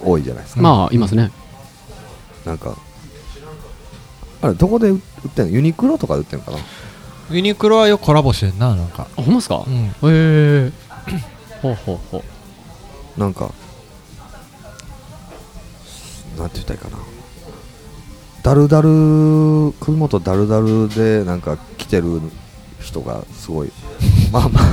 S1: 多いじゃないですか、
S4: まあいますね
S1: なんかあれどこで売ってんのユニクロとかで売ってんのかな
S2: ユニクロはよくコラボしてんななんか
S4: あほんまっすか、
S2: うん
S4: へえ ほうほうほう
S1: なんかなんて言ったらいいかなだるだる首元だるだるでなんか来てる人がすごい まあまあ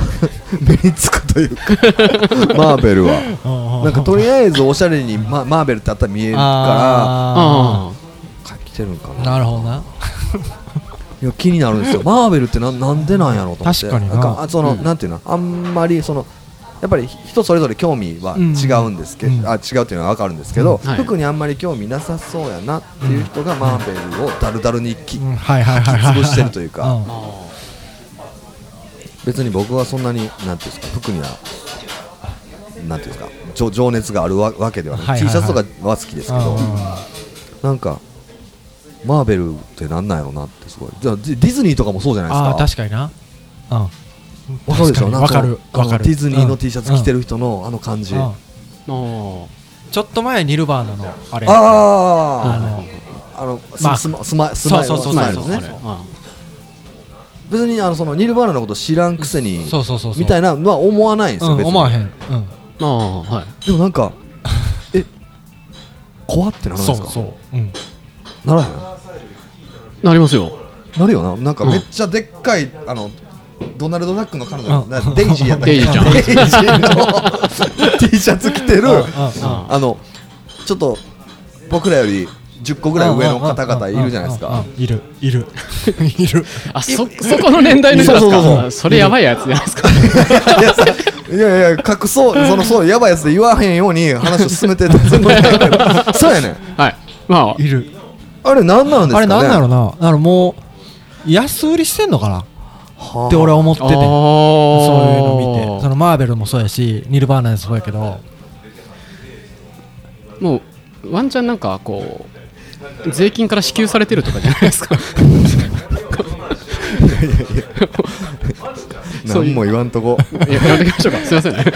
S1: 目につくというか マーベルはなんかとりあえずおしゃれに、ま、マーベルってあったら見えるか
S4: あ
S1: らか来てるんからな
S2: なるほどない
S1: や気になるん ですよマーベルってななんでなんやろうと思って
S2: 確かになん
S1: かあその、
S4: うん
S1: なんていうのあんまりそのやっぱり人それぞれ興味は違うんですけど、
S2: うんうん
S1: あ違うっていうのは分かるんですけど、
S4: うんはい
S1: 服にあんまり興味なさそうやなっていう人がマーベルをダルダルにき、
S2: うんはいはいはいはい
S1: 潰してるというか
S2: ん
S4: ああ
S1: 別に僕はそんなになんていうんですか服にはなんていうんですか情情熱があるわわけではない、
S2: はいはいはい
S1: T シャツとかは好きですけど、なんかマーベルってなんなんやろうなってすごいじゃあディディズニーとかもそうじゃないです
S2: あ
S1: か
S2: あ確かになうん
S1: わかるでしょなん
S2: わかる
S1: あの
S2: わかる
S1: ディズニーの T シャツ着て
S2: る
S1: る人のあの感じ、あ
S4: あ
S2: ちょっと前ニルバーナのあれあ
S1: あ
S2: の
S1: あのス
S2: まあ
S1: スマスマスマイル
S2: そうそうそう
S1: スマイル
S4: そ
S1: で
S4: う
S1: す
S4: そ
S1: ね
S4: うあれあ
S1: 別にあのそのニルバーナのこと知らんくせに
S2: そうそうそうそう
S1: みたいなのは思わないんですよ、
S2: うん
S1: 別に
S2: 思わへんうん
S4: あはい
S1: でもなんかえ怖ってならない
S2: そ
S1: で
S2: う
S1: すか
S2: そううん
S1: ならへ
S4: なりますよ
S1: んなるよななんか
S4: うん
S1: めっちゃでっかい、あのドナルド・ダックの彼女、なデイジーやったっけ
S4: デイジーちゃん
S1: デイジーの T シャツ着てる
S2: うんうん
S4: あ
S1: あのちょっと僕らより10個ぐらい上の方々いるじゃないです
S2: うんう
S1: か
S2: んうんいるいるいる
S4: あそそこの年代の人ですか
S1: そうそうそうそう
S4: あそれやばいやつじゃないですか
S1: いやさいやいや隠そうそのそうやばいやつで言わへんように話を進めて たつもりだけどそうやねん
S4: はいまあ
S2: いる
S1: あれ何なんですかね
S2: あれなんだろ
S1: う
S2: うなあのもう安売りしてんのかなって俺は思ってて
S4: あ
S2: そういうの見て
S4: ー
S2: そのマーベルもそうやしニルバーナもそうやけど
S4: もうワンチャンなんかこう税金から支給されてるとかじゃない ですかそういう
S1: 何も言わんとこ
S4: いややめときましょうかすいませんね
S1: い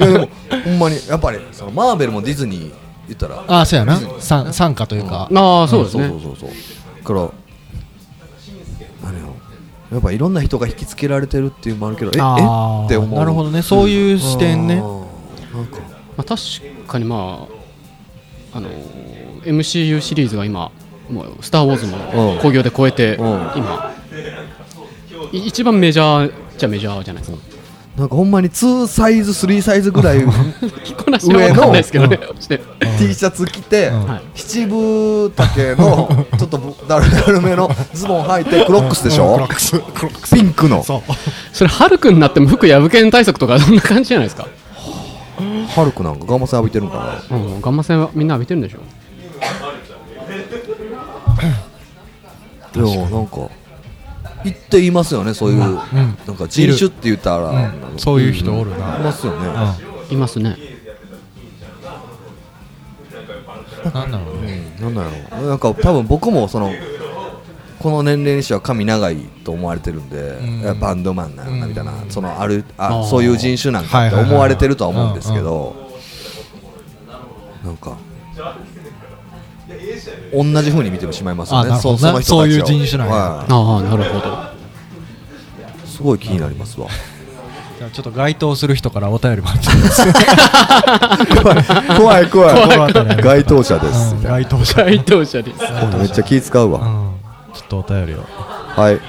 S1: やでもほんまにやっぱりそのマーベルもディズニー言ったら
S2: ああそうやなさ参加というか
S4: ああそうですね、
S1: そうそうそうそうだから何よやっぱいろんな人が引きつけられてるっていうのもあるけどえ
S2: あ
S1: え
S2: ー
S1: って思う
S2: なるほどねそういう視点ね
S1: あーなんか
S4: まあ、確かにまああのー MCU シリーズが今もう「スター・ウォーズ」
S1: うん
S4: も興行で超えて
S1: うん
S4: 今い一番メジャーじゃメジャーじゃないですか
S1: なんかほんまに2サイズ3サイズぐらい
S4: 着こなしは分かんないですけどね、して、
S1: T シャツ着て、
S4: はい
S1: 七分丈のちょっとだるだるめのズボン履いてクロックスでしょ、ピンクの
S2: そう
S4: それハルクになっても服破けん対策とかそんな感じじゃないですか、
S1: ハルクなんかガンマ線浴びてるんか
S4: うん、ガンマ線はみんな浴びてるんでしょ
S1: なでもなんか言って言いますよねそういう、なんか人種って言ったら、
S2: うんそういう人おる
S1: い
S2: な
S1: ますよね、
S4: いますね
S2: なんだろうね
S1: なんだろうなんか多分僕もそのこの年齢にしては髪長いと思われてるんで、
S2: ん
S1: いやバンドマンなんだみたいな、そのある
S4: あ
S1: あ
S4: ー
S1: そういう人種なんかって
S2: はいはいはい
S1: 思われてるとは思うんですけど、なんか同じ風に見てしまいますよ
S2: あ
S1: ね
S2: なるほど
S1: そ
S2: ね
S1: その人たちを
S2: そういう人種なんや
S1: は
S4: ああなるほど
S1: いすごい気になりますわ
S2: じゃあちょっと該当する人からお便りもらってます。
S1: 怖い 怖い
S2: 怖い怖い
S1: 該当者です、
S2: うん該当 者。
S4: 回答者です。
S1: おいめっちゃ気使うわ、
S2: うんちょっとお便りを。
S1: はい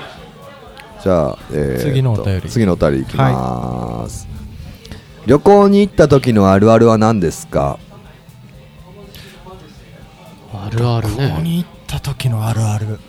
S1: じゃあ、えーっと
S2: 次のお便り
S1: 次のお便りいきまーす、旅行に行った時のあるあるは何ですか
S4: あるある
S2: 旅行
S4: ね。
S2: に行った時のあるある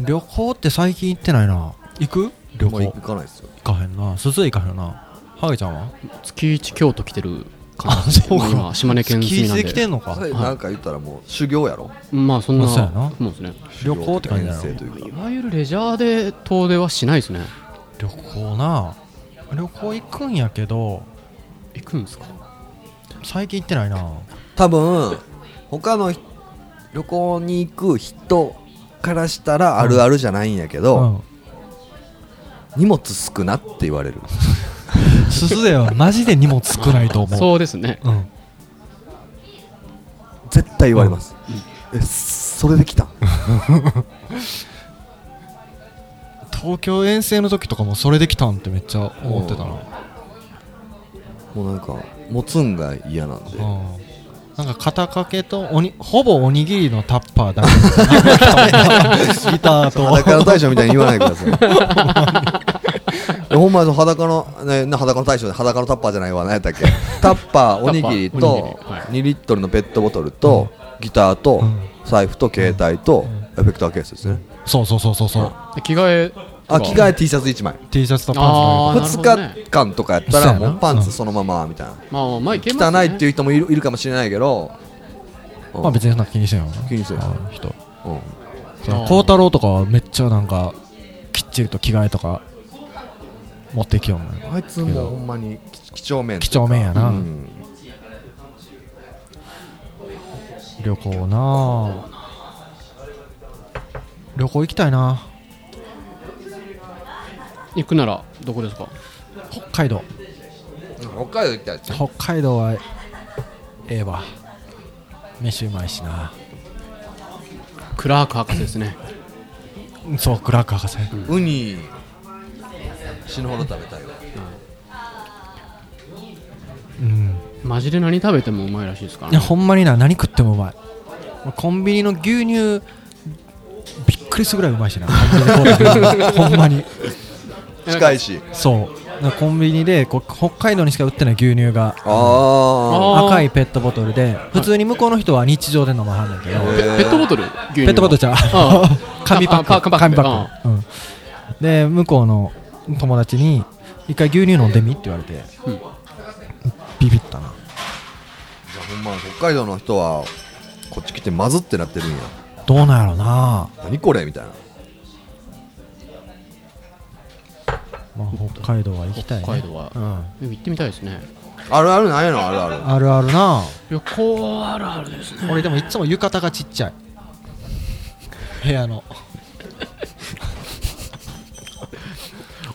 S2: 旅行って最近行ってないな行く旅行
S1: もう
S2: 行
S1: 行かないですよ
S2: かへんな鈴井行かへんなハゲちゃんは
S4: 月一京都来てる感
S2: あ
S4: じ
S2: そうか
S4: 今島根県
S2: 月
S4: 住み
S2: 一
S4: なん
S2: で来て
S4: で。
S2: んのか
S1: それなんか言ったらもう修行やろ
S4: まあそんな
S2: まあそうやな
S4: もんですね。
S2: 旅行って感じだろ
S1: 修行というか
S4: いわゆるレジャーで遠出はしないですね。
S2: 旅行な旅行行くんやけど
S4: 行くんですか。
S2: 最近行ってないな
S1: 多分他のひ旅行に行く人からしたらあるあるじゃないんやけど、
S2: うん
S1: 荷物少なって言われる
S2: 鈴井はマジで荷物少ないと思う
S4: そうですね。
S2: うん
S1: 絶対言われます、えそれで来たん
S2: 東京遠征の時とかもそれで来たんってめっちゃ思ってたな
S1: もうなんか持つんが嫌なんで
S2: うんなんか肩掛けとおにほぼおにぎりのタッパーだけギターと
S1: 裸の大将みたいに言わないでくださいほんまに裸の、ね、な裸の大将で裸のタッパーじゃないわ何やったっけタッパーおにぎり
S4: タッパーおに
S1: と
S4: ぎりはい
S1: 2リットルのペットボトルと、ギターと、
S2: うん
S1: 財布と携帯と、
S2: うん
S1: エフェクターケースですね、
S2: そうそうそうそうそう、
S4: で着替えとか。
S1: あ着替え T シャツ1枚
S2: T シャツと
S4: あ
S2: パンツ
S4: ーなるほ
S1: 2
S4: どね
S1: 日間とかやった
S2: そう
S1: ら
S2: やな
S1: もうパン
S2: う
S1: ツ
S2: ん
S1: そのままみたいな、
S4: まあまあまあ行けますね。
S1: 汚いっていう人もいるいるかもしれないけど、う
S2: と
S1: ん
S2: まあ別にそんな気にしてんよな
S1: 気にせん
S2: あー人
S1: うん
S2: 孝太郎とかはめっちゃなんかきっちりと着替えとか持ってきよんね
S1: あいつもうほんまに貴貴重面
S2: 几帳面やな
S1: うん
S2: 旅行なあ旅行行きたいな
S4: 行くならどこですか。
S2: 北海道
S1: 北海道行きたいですね
S2: 北海道はええわ飯うまいしな
S4: クラーク博士ですね。
S2: そうクラーク博士
S1: ウニ死ぬほど食べたいわ
S2: うん
S4: マジで何食べてもうまいらしいですから
S2: いや
S4: ね。
S2: ほんまにな何食ってもうまい俺コンビニの牛乳びっくりするぐらいうまい しなコンビニのコーラほんまに
S1: 近いし
S2: そうだからコンビニでこう北海道にしか売ってない牛乳が
S1: ああ
S4: あー
S2: 赤いペットボトルで普通に向こうの人は日常で飲まはんねんけど、
S1: へ
S4: ペ
S1: ー
S4: ペットボトル。ペ
S2: ペットボトルじゃん 紙パッ
S4: あ
S2: ク
S4: パパック
S2: 紙パック、うん、で向こうの友達に一回牛乳飲んでみって言われて、
S4: うん
S2: ビビったな
S1: じゃあほんま北海道の人はこっち来てまずってなってるんや
S2: どうなんやろうな、
S1: 何これみたいな
S2: まあ、北海道は行きたい、ね、
S4: 北海道は
S2: うん
S4: 行ってみたいですね。
S1: あるあるないのあるある
S2: あるあるな
S4: 旅行あるあるですね。
S2: 俺でもいつも浴衣がちっちゃい部屋の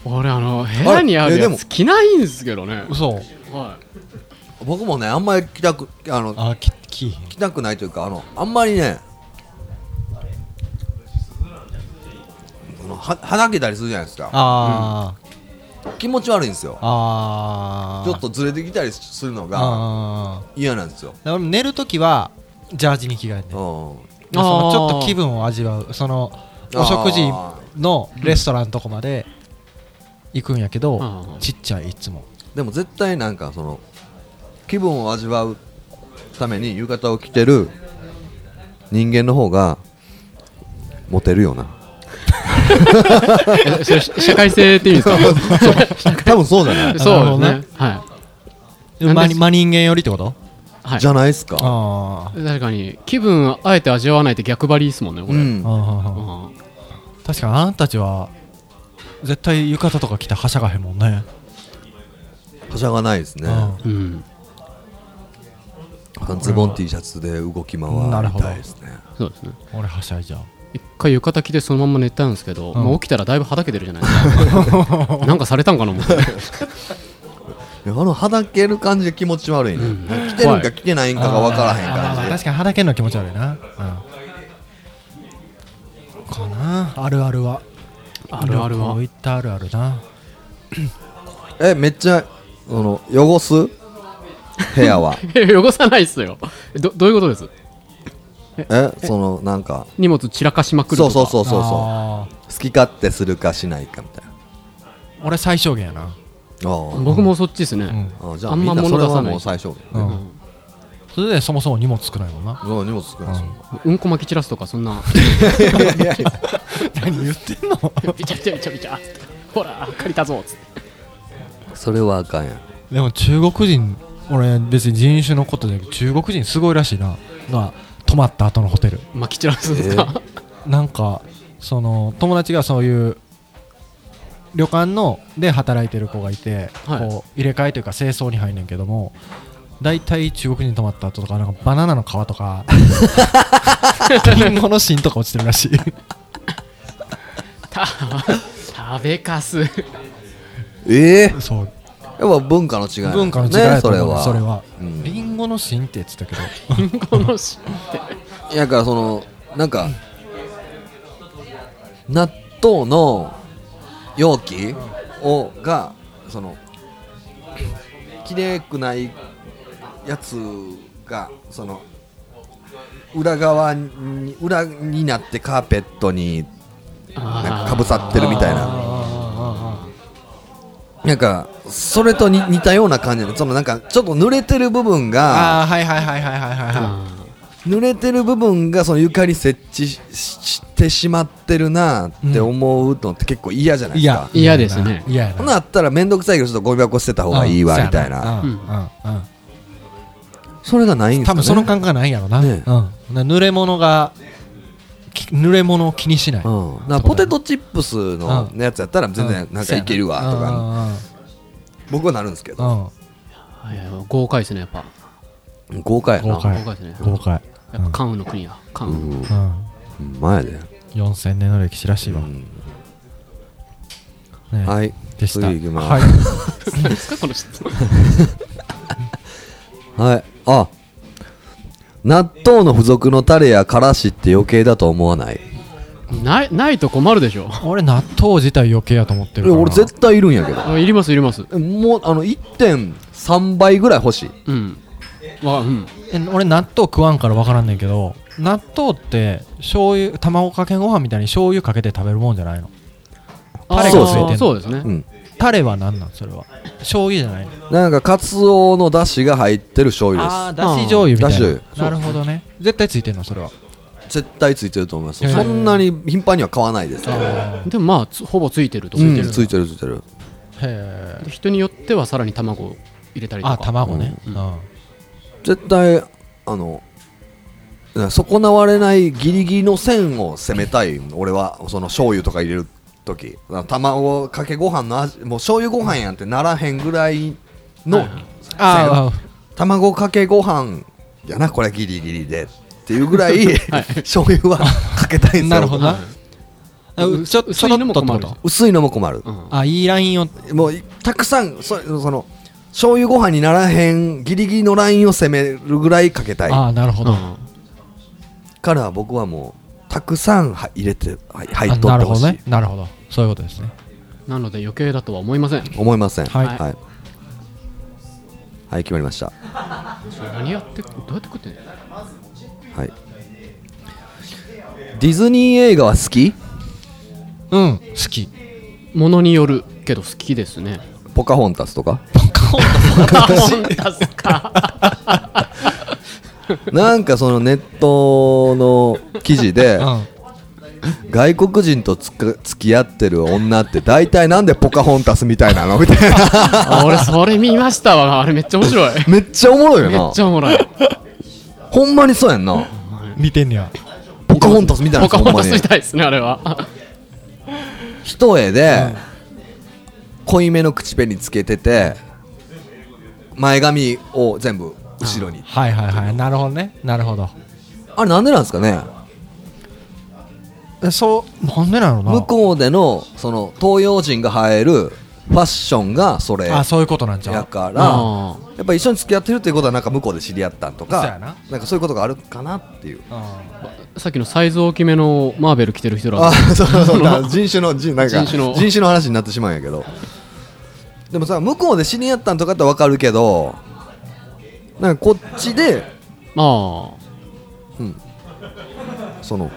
S4: 俺あの部屋にある
S1: えで
S4: や
S1: も
S4: つ着ないんですけどね。
S2: 嘘
S4: は
S1: 僕もねあんまり来たくあの
S2: あききいひん
S1: 来たくないというかあのあんまりねそのははだけたりするじゃないですか
S2: あー、
S1: 気持ち悪いんですよ
S2: あー
S1: ちょっとずれてきたりするのが
S2: あー
S1: 嫌なんですよ
S2: だから俺も寝るときはジャージに着替えて
S1: う
S2: る
S1: ん
S2: そのちょっと
S4: あー
S2: 気分を味わうその
S1: あー
S2: お食事のレストランのとこまで行くんやけど、
S4: うん
S2: ちっちゃいいつも
S1: でも絶対なんかその気分を味わうために浴衣を着てる人間の方がモテるよな
S4: い。えそれし社会性っていう んですか。
S1: 多分そうじゃない
S4: そう
S2: な
S4: で
S2: る
S4: すね。はな
S2: 真
S4: んで
S2: に真人間よりってこと
S4: い。はい
S1: じ。ゃないですか
S2: あー
S4: 確かに気分あえて味わわないって逆張りですもんねこ
S1: う
S4: れ。
S1: ん
S2: あーあー
S4: うん
S2: 確かにあなたたちは絶対浴衣とか着てはしゃがへんもんね
S1: はしゃがないですね
S2: う
S4: うん。
S1: 半ズボン T シャツで動き回
S2: なる
S1: り
S2: ほど
S1: たいですね
S4: そうですね。
S2: ん俺はしゃいじゃう
S4: 一回浴衣着てそのまんま寝たんですけど、
S2: うん
S4: まあ、起きたらだいぶはだけてるじゃないですかなんかされたんかな思って
S1: いやあのはだける感じが気持ち悪いね、
S4: うん
S1: 着てるんか着てないんかが分からへん
S2: あーまあ
S1: 感
S2: 確かにはだけんの気持ち悪いな、うん、かなあるあるは
S4: あるある
S2: こ
S4: は
S2: ういったあるあるな
S1: えめっちゃその汚す部屋は
S4: 汚さないっすよどどういうことです
S1: えそのなんか
S4: 荷物散らかしまくると
S1: そ
S4: か
S1: うそうそうそうそ
S2: あ
S1: う好き勝手するかしないかみたいな
S2: ー俺最小限やな、
S1: ああ
S4: 僕もそっちですね、
S1: ああじゃあ
S4: あん
S1: み
S4: ま
S1: んなそれ
S4: 物出
S1: は
S4: さない
S1: もう最小限
S2: うんそれでそもそも荷物少ないもんな
S1: そう荷物少ないですよ
S4: うん、こ巻き散らすとかそんな
S2: 何言ってんの
S4: びちゃびちゃびちゃびちゃほら借りたぞつって
S1: それはあかんやん
S2: でも中国人俺別に人種のことじゃなくて中国人すごいらしいなが泊まった後のホテル
S4: 巻き散らすんですか、
S2: なんかその友達がそういう旅館ので働いてる子がいて、
S4: はい
S2: こう入れ替えというか清掃に入んねんけども大体中国人泊まった後とかなんかバナナの皮と かリンゴの芯とか落ちてるらしい
S4: た食べかす
S1: ええ
S2: そう
S1: やっぱ文化の違いなんだね
S2: 文化の違いだと
S1: それ
S2: 思う
S1: は
S2: それは
S1: うん
S2: リンゴの芯って言ってたけど
S4: このし
S1: いやだからそのなんか納豆の容器をがそのきれくないやつがその裏側に裏になってカーペットになんかかぶさってるみたいな
S2: あ
S1: なんかそれとに似たような感じなのそのなんかちょっと濡れてる部分
S2: ー
S1: が
S2: あーはいはいはいはいはいはいは
S1: 濡れてる部分がその床に設置ししてしまってるなって思うのって結構嫌じゃない
S2: い
S1: ですか
S2: や、
S4: 嫌ですね
S2: 嫌や
S1: ほ
S2: な
S1: なあったら面倒くさいけどちょっとゴミ箱捨てた方がいいわ
S2: うん
S1: みたいな
S2: そうやうんうんうん
S1: それがないんです
S2: 多
S1: か、ね、
S2: 分その感覚がないんやろな,、
S1: ね
S2: うん、な濡れ物がき濡れ物を気にしない、
S1: うん、だからポテトチップスの
S2: うん
S1: やつやったら全然なんかいけるわとか僕はなるんですけ
S2: うん
S1: ど
S2: うんうん
S4: いやいや豪快ですねやっぱ
S1: 豪快や
S2: 豪
S1: な
S2: 快
S4: 豪快ですね
S2: 豪快
S4: やっぱ関羽の国や関
S1: う
S4: 羽、
S1: ん
S2: うん
S1: 前で、
S2: 4000年の歴史らしいうわ、
S1: ん
S2: ね
S1: はい
S2: でした
S1: 次行きます
S2: はい、
S4: 何ですかこの質問
S1: はいあ納豆の付属のタレやからしって余計だと思わない
S4: ないないと困るでしょ
S2: 俺納豆自体余計やと思って
S1: い
S2: る
S1: や
S2: から
S1: 俺絶対いるんやけど
S4: あいりますいります
S1: もうあの1.3倍ぐらい欲しい
S4: うんわうん
S2: え俺納豆食わんから分からんねんけど納豆って醤油卵かけご飯みたいに醤油かけて食べるもんじゃないのタレがついてんの
S4: あーそうですね、
S1: うん
S2: タレは何なんそれは醤油じゃないの
S1: なんかカツオの出汁が入ってる醤油
S2: ああ
S1: で
S2: だし醤油みた
S1: だし
S2: い
S1: 醤
S2: ななるほどね絶対ついてんのそれは
S1: す絶対ついてると思います
S2: へー
S1: そんなに頻繁には買わないですけど
S4: でもまあつほぼついてると
S1: う
S4: 思っ
S1: ん
S4: てる、
S1: ついてるついてる
S2: へえ
S4: で人によってはさらに卵を入れたりとか
S2: あ卵ね、うん
S1: 絶対あの損なわれないギリギリの線を攻めたい俺はその醤油とか入れる時卵かけご飯の味もう醤油ご飯やんってならへんぐらいの
S2: ああ
S1: 卵かけご飯やなこれギリギリでっていうぐらい、 醤油はかけたいんですよ
S2: なるほどな、あ
S4: う
S2: うちょ
S4: 薄
S2: ちょろっとってこ
S4: 薄いのも
S2: と
S1: 薄いのも困る、
S4: うん
S2: あいいラインを
S1: もういたくさんそその醤油ご飯にならへんギリギリのラインを攻めるぐらいかけた
S2: あ
S1: い
S2: あなるほど、
S4: うん
S1: から僕はもうたくさんは入れてはい入っ
S2: あ
S1: と
S2: な
S1: って
S2: る
S1: ほ
S2: ほ
S1: しい、
S2: どねなるほどそういうことですね
S4: なので余計だとは思いません
S1: 思いません
S2: はい
S1: はい、はい決まりました
S4: 何やってどうやって食ってんの
S1: はいディズニー映画は好き
S2: うん好き
S4: ものによるけど好きですね
S1: ポカホンタスと かなんかそのネットの記事 で、
S2: うん
S1: 外国人とつく付き合ってる女って大体なんでポカホンタスみたいなのみたい な
S4: あ俺それ見ましたわあれめっちゃ面白い
S1: めっちゃおもろいよ
S4: め
S1: な
S4: っちゃおもろい
S1: ほんまにそうやん な
S2: 似てんねや
S1: ポカホンタスみたいな
S4: ポカホン
S1: ほ
S4: タス
S1: んま
S4: み
S1: に
S4: たいですねあれは
S1: 一重で濃いめの口紅つけてて前髪を全部後ろに
S2: はいはいはいなるほどねなるほど
S1: あれなんでなんですかね
S2: えそうなんでなのな
S1: 向こうでのその東洋人が生えるファッションがそれ
S2: あそういうことなんじゃ
S1: や
S2: う
S1: から
S4: あ
S1: やっぱ一緒に付き合ってるっていうことはなんか向こうで知り合ったんと
S2: そうや
S1: か
S2: な
S1: なんかそういうことがあるかなっていう
S2: うん
S4: さっきのサイズ大きめのマーベル着てる人ら
S1: あそうそうそうだから人種の人なんか
S4: 人種の
S1: 人種の話になってしまうんやけどでもさ向こうで知り合ったんとかってわかるけどなんかこっちで
S4: あ
S1: その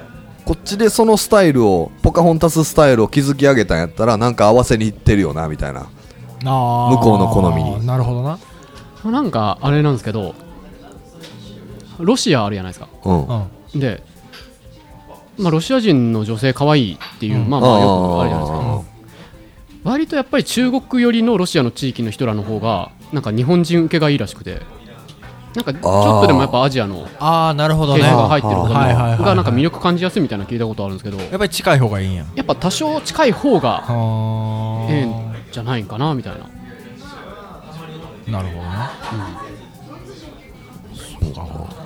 S1: こっちでそのスタイルをポカホンタススタイルを築き上げたんやったらなんか合わせにいってるよなみたいな
S2: あ
S1: 向
S2: ー
S1: こうの好みに
S2: なるほどな
S4: あなんかあれなんですけどロシアあるじゃないですか
S1: うん、
S2: うん
S4: で、まあ、ロシア人の女性可愛いってい
S2: う
S4: う、
S2: ん
S4: まあまあよくあるじゃないですか
S1: あ
S4: 割とやっぱり中国寄りのロシアの地域の人らの方がなんか日本人受けがいいらしくてなんかちょっとでもやっぱアジアの
S2: ああなるほど
S4: 系
S2: ね
S4: 統が入
S2: や
S4: ってる方
S2: はいはいはいはい
S4: がなんか魅力感じやすいみたいなの聞いたことあるんですけど
S2: っぱり近い方がいいんや
S4: やっぱ多少近い方が
S2: は
S4: ええんじゃないんかなみたいな
S2: ーなるほどねそうか
S1: ー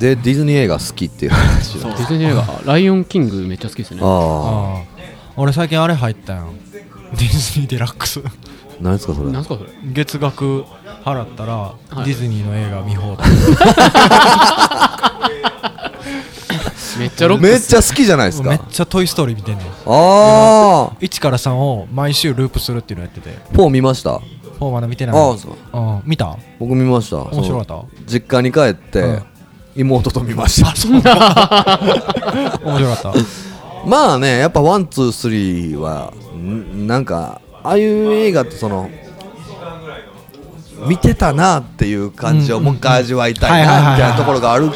S1: でディズニー映画好きっていう話
S4: ディズニー映画「ライオンキング」めっちゃ好きですね
S1: ああ
S2: あー俺最近あれ入ったやんディズニーデラックス
S1: 何ですかそれ
S4: なんすかそれ
S2: 月額払ったら、
S4: い
S2: ディズニーの映画見放題
S4: めっちゃロッ
S1: め
S4: ク
S1: っちゃ好きじゃないです
S2: めっ
S1: か
S2: ちゃ「トイ・ストーリー」見てんねん
S1: あ
S2: 1から3を毎週ループするっていうのやってて
S1: あポー見ました
S2: フォーまだ見てない
S1: ああそう
S2: うん見た
S1: 僕見ました
S2: 面白かっ
S1: その実家に帰って、
S2: うん
S1: 妹と見ました
S2: た面白かった
S1: まあねやっぱワンツースリーはんなんかああいう映画ってその見てたなっていう感じを
S2: うんうん
S1: も
S2: うん
S1: う一回味わいたいなみたいなところがある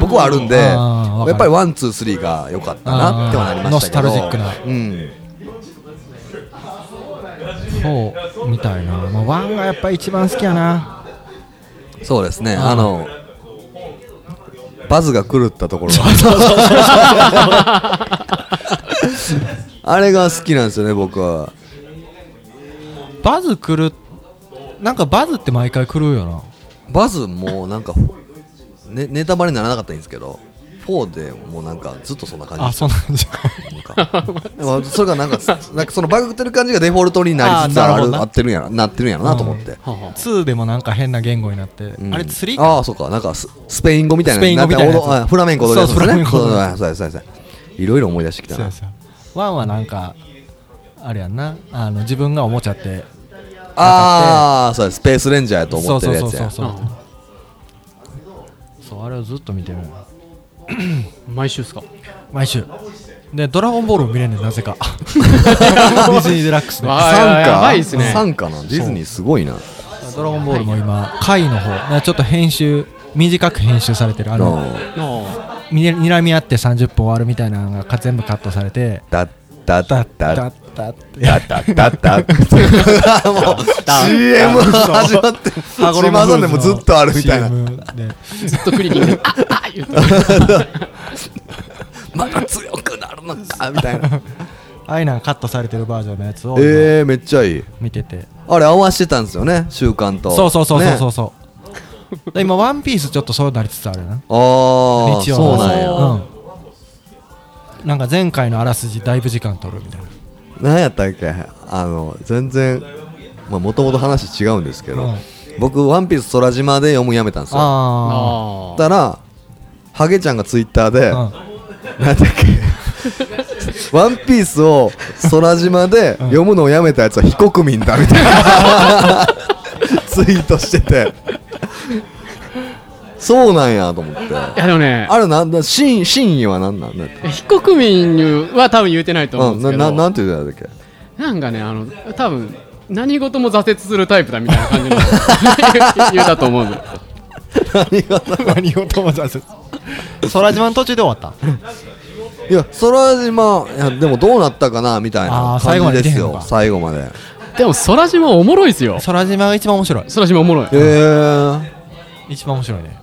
S1: 僕はあるんで
S2: うんあーわかる
S1: やっぱりワンツースリーが良かったなってはなりましたけど
S2: ノスタルジックな
S1: うん
S2: フォーみたいな、まあ、ワンがやっぱり一番好きやな
S1: そうですね
S2: あー
S1: あのバズが狂ったところが あれが好きなんですよね僕は
S2: バズ来るなんかバズって毎回来るよな
S1: バズもうなんか、ね、ネタバレにならなかったらいいんですけど4でもうなんかずっとそんな感じ
S2: あそうなんじゃ
S1: なんかでもそれが なんかなんかそのバグってる感じがデフォルトになりつつあ
S2: あーなるほ
S1: る
S2: ど
S1: あ
S2: な
S1: ってるんやななってるんやろなと思って、
S4: はあは
S2: 2でもなんか変な言語になって、
S1: うん
S2: あれ3か
S1: ああそうかなんかススペイン語みたいな
S2: スペイン語みたいな
S1: ん
S2: やつ
S1: かおどあフラメンコ踊るやつ
S2: そうフラメンコ
S1: そ
S2: 踊
S1: う
S2: る
S1: そうそうそうそういろいろ思い出してきた
S2: そう
S1: な
S2: やそうやワンはなんかあれやんなあの自分がおもちゃって
S1: ああそうやスペースレンジャーやと思ってるやつ
S2: そ
S1: や
S2: うそうそうそう
S4: う
S2: そうそ
S4: ん
S2: うあれをずっと見てる
S4: あ毎週っすか
S2: 毎週で「ドラゴンボール」も見れんねんな ぜかディズニー・デラックスで
S4: わ
S2: 「
S4: あややばいっす
S1: 傘下
S4: ね
S1: 傘下なディズニーすごいな
S2: ドラゴンボール」も今回の方なちょっと編集短く編集されてるあの
S1: うん
S4: あ
S2: にらみ合って30分終わるみたいなのがか全部カットされて
S1: だだだだ
S2: だだって
S1: だだだだもう CM 始まって
S2: 羽
S1: 島マゾンでもずっとあるみたいな
S2: CM で
S4: ーずっとクリリ ンで「ああ言って
S1: また強くなるの かみたいな
S2: ああいうのがカットされてるバージョンのやつを今
S1: えー、めっちゃいい
S2: 見てて
S1: あれ合わせてたんですよね習慣と
S2: そうそうそうそうそう
S1: ね、
S2: そう、で今「ワンピースちょっとそうなりつつある
S1: あ
S2: な
S1: あ
S2: 日曜
S1: そう
S2: の
S1: なんや
S2: うんなんか前回のあらすじだいぶ時間取るみたいな
S1: 何やったっけあの全然まあもともと話違うんですけど、
S2: うん
S1: 僕「ワンピース空島で読むのやめたんですよ
S2: あ
S4: あ
S1: だからハゲちゃんがツイッターで、
S2: あ
S1: なんだっけワンピースを空島で読むのをやめたやつは非国民だみたいなツイートしててそうなんやと思って
S4: いやでもね
S1: あれなんだ真真意は何なんだって
S4: 非国民は多分言うてないと思う
S1: うんん
S4: で
S1: な
S4: すけ
S1: な
S4: ど
S1: なんて言うんだっけ
S4: なんかね、あの、多分何事も挫折するタイプだみたいな 感じの言うたと思うんで。
S2: 何を友達空島の途中で終わった
S1: いや空島いやでもどうなったかなみたい
S2: あ
S1: な
S2: ー最後
S1: 感
S2: ま
S1: じ
S2: で
S1: です
S2: 出へんの
S1: よ
S2: か
S1: 最後まで
S4: でも、空島おもろいっすよ。
S2: 空島が一番面白い
S4: 空島おもろい。
S1: えー、
S2: 一番面白いね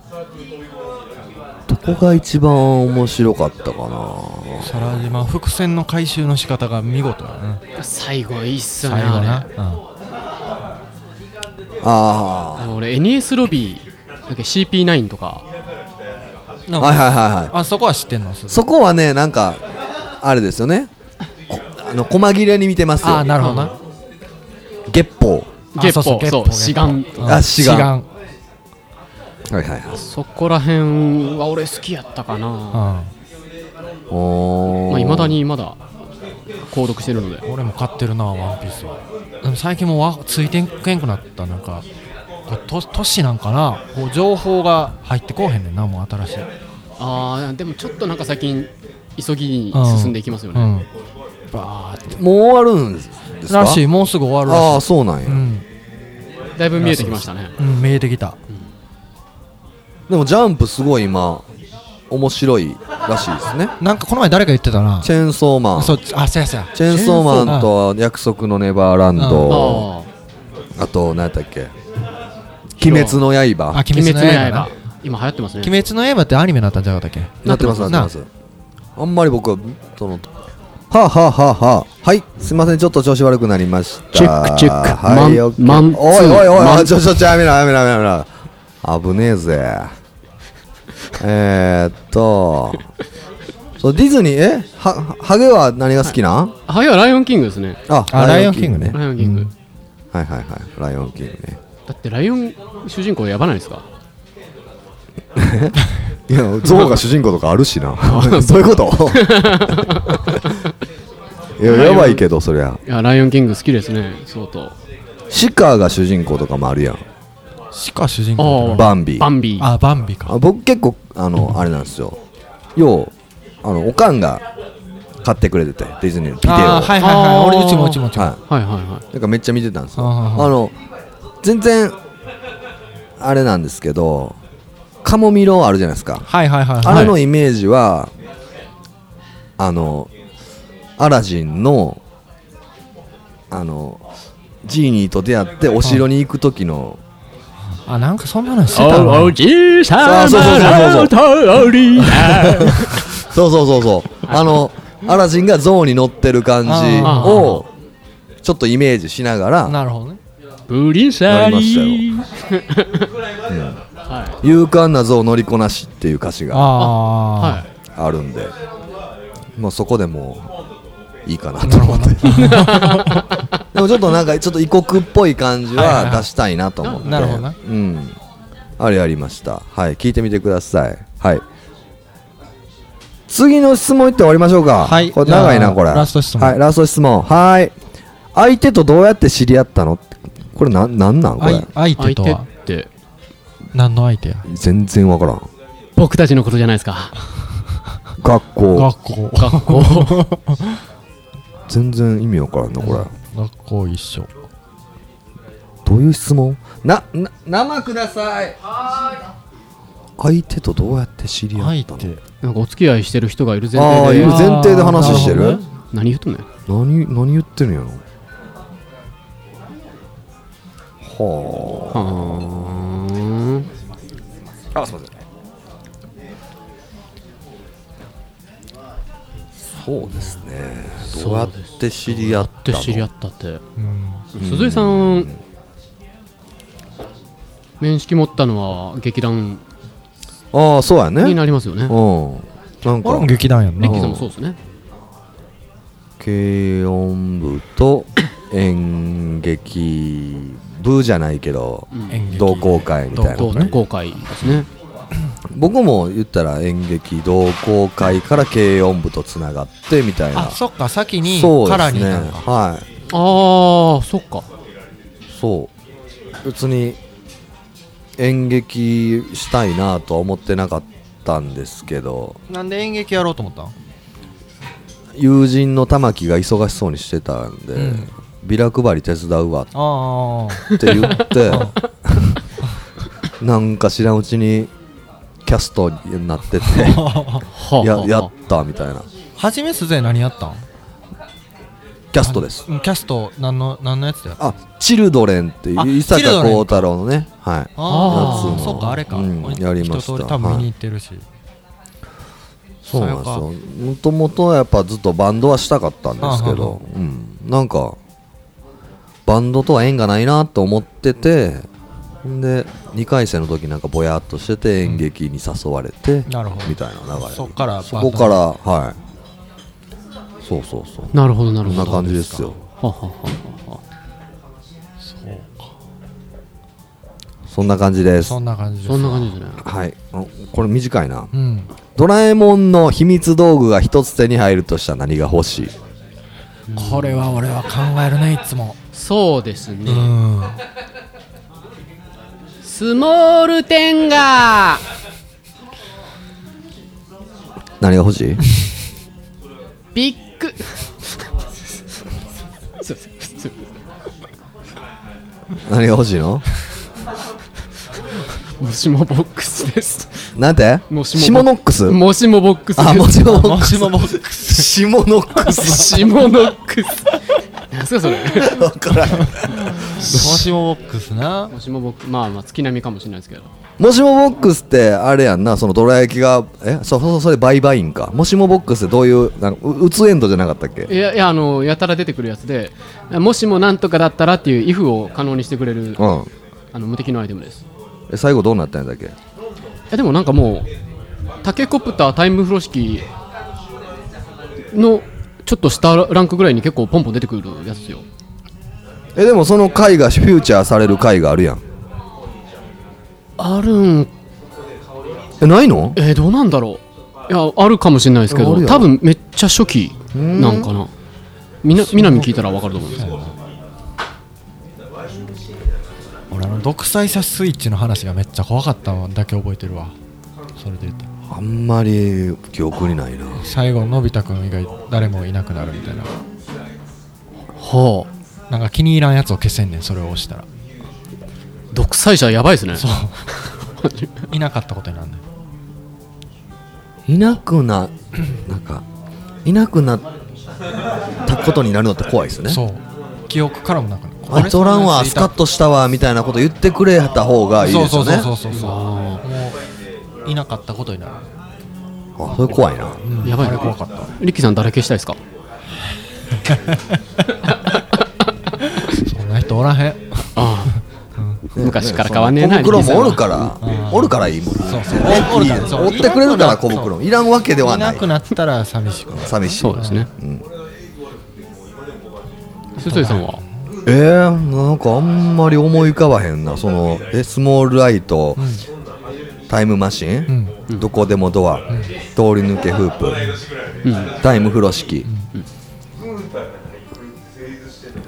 S1: どこが一番面白かったかな
S2: 空島伏線の回収の仕方が見事だね
S4: 最後いいっすよね。
S2: 最後
S4: あ
S2: な
S4: れ
S1: あ
S4: あの俺、NS ロビー、なんか CP9 とか、
S2: うんな
S1: あ
S2: ん
S1: はい
S2: か
S1: はいはいはい
S2: あそこは知ってんのす
S1: そこはね、なんか、あれですよね。こあの、細切れに見てますよ。
S2: ああなるほどな
S1: 月報。
S2: あ
S4: 月歩、
S2: そうそう
S4: そう、
S2: 月歩
S4: 志願。
S2: うん
S1: あ志願
S2: 志願
S1: はいはいはい。
S4: そこら辺は俺好きやったかな。
S1: おー
S4: まあ、未だ。にまだ、購読してるので。
S2: うん俺も買ってるなワンピースはでも最近もわついてけんくなったなんかこう都都市なんかなこう情報が入ってこうへんねんなもう新しい
S4: あーでもちょっとなんか最近急ぎに
S2: うん
S4: 進んでいきますよ
S2: う
S4: ね、
S2: んバーって
S1: もう終わるんですから
S2: しいもうすぐ終わる
S1: ああ
S2: らし
S1: そうなんや、
S2: いうん、
S4: だいぶ見えてきましたね
S2: うん、見えてきた
S1: でもジャンプすごい今面白いらしいですね
S2: なんかこの前誰か言ってたな
S1: チェーンソーマン
S2: そうあそうやそうや
S1: チェーンソーマンと約束のネバーラン
S4: あ
S1: ド
S4: あ
S1: あと何やったっけ鬼滅の
S2: あ
S1: 刃
S4: 鬼
S2: 鬼滅
S4: 滅
S2: の
S4: の
S2: 刃な
S4: 刃今流行ってますね
S2: 鬼滅の刃ってアニメになったんじゃなかったっけ
S1: なってますなって
S2: な
S1: ますあんまり僕はそのはあ、はあはあはあ、はいすいませんちょっと調子悪くなりました
S4: チェックチェック
S1: はい
S4: マン
S1: オッケー
S4: マン
S1: おいおいおいおい
S4: マン
S1: ちょちょちょやめろやめろやめろやめろ危ねえぜえーっとそうディズニーえはハゲは何が好きなん、
S4: はいはライオンキングですね
S1: あ
S2: あライオンキングね
S4: ライオンキング、
S2: うん
S1: はいはいはいライオンキングね
S4: だってライオン主人公やばないですか
S1: いやゾウが主人公とかあるしなそういうこと いややばいけどそりゃ
S4: いやライオンキング好きですね相当
S1: シカが主人公とかもあるやん
S2: しか主人公
S1: バンビ
S4: バンビー
S2: あバンビか
S1: あ僕結構あのあれなんですよようあのおかんが買ってくれててディズニーのビデオを
S2: あーはいはい
S4: あー
S2: はい俺うちもうちもうちも
S1: は
S4: はいはいはい
S1: いなんかめっちゃ見てたんですよ
S2: はあ
S1: あ
S2: はあ
S1: の全然あれなんですけどカモミロあるじゃないですか
S2: はいはいはい
S1: あ
S2: は
S1: れ
S2: い
S1: のイメージは、あのアラジンのあのジーニーと出会ってお城に行く時の
S2: あなんかそんなのしてた
S4: お
S2: な
S4: おじいさまの通りだ
S1: そうそうそうそうあのアラジンが象に乗ってる感じ
S2: あ
S4: ー
S1: をちょっとイメージしながら
S2: なるほどね
S4: プリシャリー
S1: 勇敢な象乗りこなしっていう歌詞が
S2: あ
S4: は
S1: あるんでもうそこでもういいかな
S2: あ
S1: と
S2: なるほ
S1: 思っ
S2: ど
S1: て でもちょっとなんかちょっと異国っぽい感じ
S2: はい
S1: は
S2: はい
S1: 出したいなと思って
S2: ななるほど
S1: う
S2: な
S1: んあれありましたはい聞いてみてくださいはい次の質問いって終わりましょうか
S2: はい
S1: これ長い
S2: じゃ
S1: な
S2: あ
S1: これ
S2: ラスト質問
S1: はいラスト質問はい相手とどうやって知り合ったのこれなんなんなんこ
S2: あい
S1: れ
S2: 相手
S4: い相
S2: と
S4: 手
S2: は
S4: って
S2: 何の相手や
S1: 全然わからん
S4: 僕たちのことじゃないですか
S1: 学校
S2: 学校
S4: 学校
S1: 全然意味わからんなこれ
S2: 学校一緒
S1: どういう質問な、な、生ください相手とどうやって知り合っ
S2: 相
S1: たの
S2: 手
S4: なんかお付き合いしてる人がいる前
S1: ああ、い
S4: 提
S1: る
S4: で
S1: 前提で話して
S2: なる
S1: る
S2: ほどね
S4: 何言うとんねん
S1: 何、何言ってるんやろは
S4: は
S1: ああ、すいませんそうですねどうやって知り合っ
S4: あ
S1: た
S4: で
S1: の
S4: 知り合ったって
S2: うん
S4: 鈴井さん面識持ったのは劇団
S1: ああ、そうやね
S4: になりますよね
S1: うんなん
S2: 俺
S1: か
S2: も劇団やん
S4: リ
S2: な
S4: ッキーさんもそうですね
S1: 軽音部と演劇部じゃないけど
S2: 演劇
S1: 同好会みたい
S2: 同
S1: な
S4: 同
S2: ね
S4: 好会ですね
S1: 僕も言ったら演劇同好会から軽音部とつながってみたいな
S2: あそっか先に
S1: そう
S2: カラ
S1: で
S2: ー
S1: す
S2: にい
S1: ね
S2: たのか
S1: はい
S4: ああそっか
S1: そう別に演劇したいなとは思ってなかったんですけど
S2: なんで演劇やろうと思ったん
S1: 友人の玉木が忙しそうにしてたんで、
S2: うん
S1: ビラ配り手伝うわ
S2: ああ
S1: って言 って なんか知らんうちにキャストにな ってて
S4: はあ
S1: や
S4: はあ
S1: やったみたいな
S2: 初め鈴江何やったん
S1: キャストです
S2: うんキャスト何の何のやつだよ
S1: あチルドレンっていう
S2: あ
S1: 伊
S2: チルド
S1: 坂
S2: レン
S1: 幸太郎のねはい
S2: あ
S1: や
S2: あ
S1: つの
S2: そうかあれか、
S1: うん
S2: 俺
S1: やりました
S2: 一通り多分見に行ってるし、
S1: そうなんです
S2: さよ
S1: よもともとはやっぱずっとバンドはしたかったんですけ
S2: はあはあは
S1: ど、うん、なんかバンドとは縁がないなと思っててほんで2回生の時なんかぼやっとしてて演劇に誘われて、
S2: なるほど
S1: みたいな流れ
S2: そっからバンド
S1: そこからはいそうそうそう
S4: なるほどなる
S1: こん
S4: ほ
S1: な
S4: ど
S1: 感じですよ
S4: はははは
S2: そうか
S1: そんな感じです
S2: そんな感じです
S4: そんな感じですね
S1: はいあこれ短いな
S2: うん
S1: ドラえもんの秘密道具が一つ手に入るとしたら何が欲しい
S2: これは俺は考えるねいつも
S4: そうです
S2: う
S4: ね、
S2: ん
S4: スモールテンガー
S1: 何が欲しい
S4: ビッ グすいませんすいません
S1: 何が欲しいの
S4: もしもボックスです
S1: なんて
S4: もしも
S1: シモノックス
S4: もしもボックスです
S1: あ、もちもボックス。
S2: もしもボッ
S1: クス。シモノックス。
S4: しもノックス何すかそれ
S1: わからん。
S2: もしもボックスな
S4: もしもボックスまあまあ月並みかもしれないですけど
S1: もしもボックスって、あれやんな、そのどら焼きが、え、そうそうそう、それ売買員か。もしもボックスってどういう、なんか、ううつエンドじゃなかったっけ
S4: いやいやあのやたら出てくるやつでもしもなんとかだったらっていう if を可能にしてくれる
S1: うん。
S4: あの無敵のアイテムです
S1: え、最後どうなったんだっけ
S4: いやでもなんかもうタケコプタータイム風呂敷のちょっと下ランクぐらいに結構ポンポン出てくるやつですよ
S1: え、でもその回が、フューチャーされる回があるやん。
S4: あるん
S1: え、ないの
S4: えーどうなんだろういやあるかもしれないですけ
S1: ある
S4: ど
S1: よ
S4: 多分めっちゃ初期なんかなみな南聞いたら分かると思うんですけど
S2: 俺あの独裁者スイッチの話がめっちゃ怖かったのだけ覚えてるわそれで言ったら
S1: あんまり記憶にないな。
S2: 最後のび太くん以外誰もいなくなるみたいな
S4: はあ
S2: なんか気に入らんやつを消せんねんそれを押したら
S4: 独裁者やばいですね
S2: そういなかったことになんねん
S1: いなくな、なんか、いなくなったことになるのって怖いですね。
S2: そう記憶からもなくなる
S1: あいつおらんわ、スカッ
S2: と
S1: としたわ、みたいなこと言ってくれた方がいいですよね。
S2: そうそうそうそうそうもういなかったことになる、
S1: あそれ怖いな
S2: うん
S4: やばい
S2: あ
S4: な
S2: れ怖かったわ
S4: リッキーさん誰消したいですか
S2: そんな人おらへん
S4: ああ昔から変わんねえな
S1: 小袋
S4: リッキ
S1: も
S4: ーさ
S1: お
S4: んは
S1: るからおるからいいもん
S2: そうそう
S1: ね
S2: おる
S1: いい
S2: か
S1: ね
S2: らそう
S1: 追ってくれるから小袋いらんわけではいな
S2: ないくなったら寂しくなる
S1: 寂しい
S4: そうですね
S1: うん
S4: すすいさんは
S1: えー、なんかあんまり思い浮かばへんなそのえスモールライト、タイムマシン、どこでもドア、通り抜けフープ、タイム風呂敷、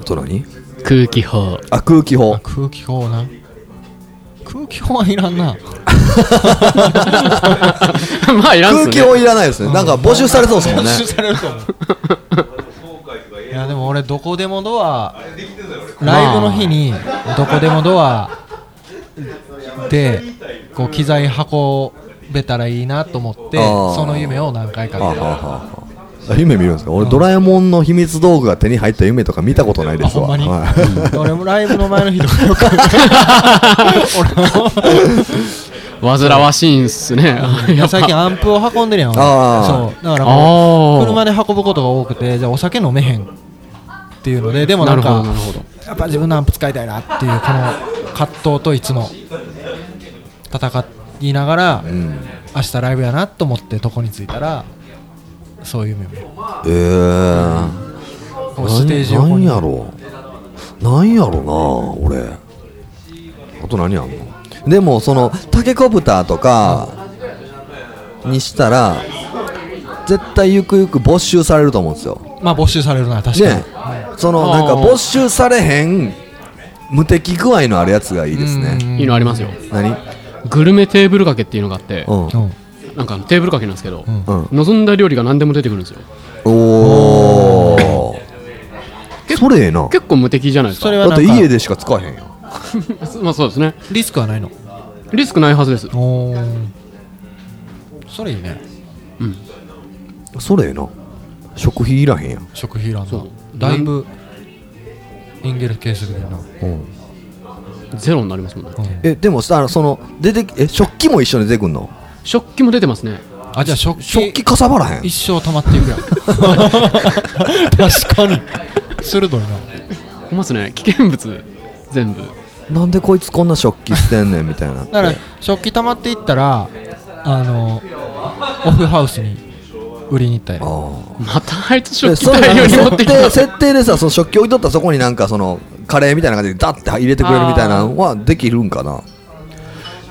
S1: あと何
S4: 空気砲
S1: あ空気砲
S2: あ空気砲な空気砲はいらんな
S4: まあいらんっ
S1: 空
S4: すね
S1: 気砲いらないですねなんか募集されそうですもんね
S2: 没収されると 思ういやでも俺どこでもドアライブの日にどこでもドアでこう機材運べたらいいなと思って
S1: あー
S2: その夢を何回か
S1: はあ
S2: 見
S1: は
S2: た
S1: あはああ夢見るんですか俺、ドラえもんの秘密道具が手に入った夢とか見たことないで
S2: あ
S1: す
S2: ほ
S1: わ
S2: んまに、
S1: はい
S2: 俺もライブの前の日とか よく
S4: 煩わしいんすね。や
S2: 俺
S4: っぱ
S2: 最近アンプを運んでるやん俺
S1: あー
S2: そうだから
S4: あ
S2: も
S4: ー
S2: う車で運ぶことが多くてじゃあお酒飲めへんっていうのででも
S4: な
S2: なん
S4: るほど
S2: か
S4: なるほど。
S2: やっぱ自分のアンプ使いたいなっていうこの葛藤といつも戦いながら、明日ライブやなと思ってとこに着いたらそういう夢を見る
S1: えー
S2: こうステージ
S1: な
S2: 横
S1: ん
S2: に
S1: やろなんやろな俺あと何やんのでもそのタケコプターとかにしたら絶対ゆくゆく没収されると思うんですよ
S2: まあ没収されるな確かに、
S1: ねそのなんか没収されへん無敵具合のあるやつがいいですね
S4: いいのありますよ。
S1: 何
S4: グルメテーブルかけっていうのがあって
S1: う、ん
S2: うんうん
S4: なんかテーブルかけなんですけど、
S1: うん
S4: 望んだ料理が何でも出てくるんですよ。
S1: おおそれええな
S4: 結構無敵じゃないです
S2: そ
S4: か
S2: れ。は
S1: だ
S2: な
S1: っ
S2: んか
S1: て家でしか使えへんやん
S4: まあそうですね。
S2: リスクはないの
S4: リスクないはずです。
S2: おーそれいいね
S1: それええな食費いらへんやん
S2: 食費欄
S4: そ
S2: の
S4: う
S2: だいぶインゲルケースでな
S4: ゼロになりますもんね。
S1: えでもさあのその出てきえ食器も一緒に出てくんの
S4: 食器も出てますね。
S2: あじゃあ食器
S1: 食器かさばらへん
S2: 一生溜まってい くやん確かに鋭いな
S4: ほんますね。危険物全部。
S1: なんでこいつこんな食器捨てんねんみた いな
S2: だから食器溜まっていったらあのオフハウスに売りに行ったんやろ
S1: あ
S4: またあいつ
S1: あ
S4: 食器
S1: それ
S4: 大量に持っ
S1: 設
S4: てきた
S1: 定。設定でさその食器置いとったらそこになんかそのカレーみたいな感じでダッて入れてくれるみたいなのはできるんか な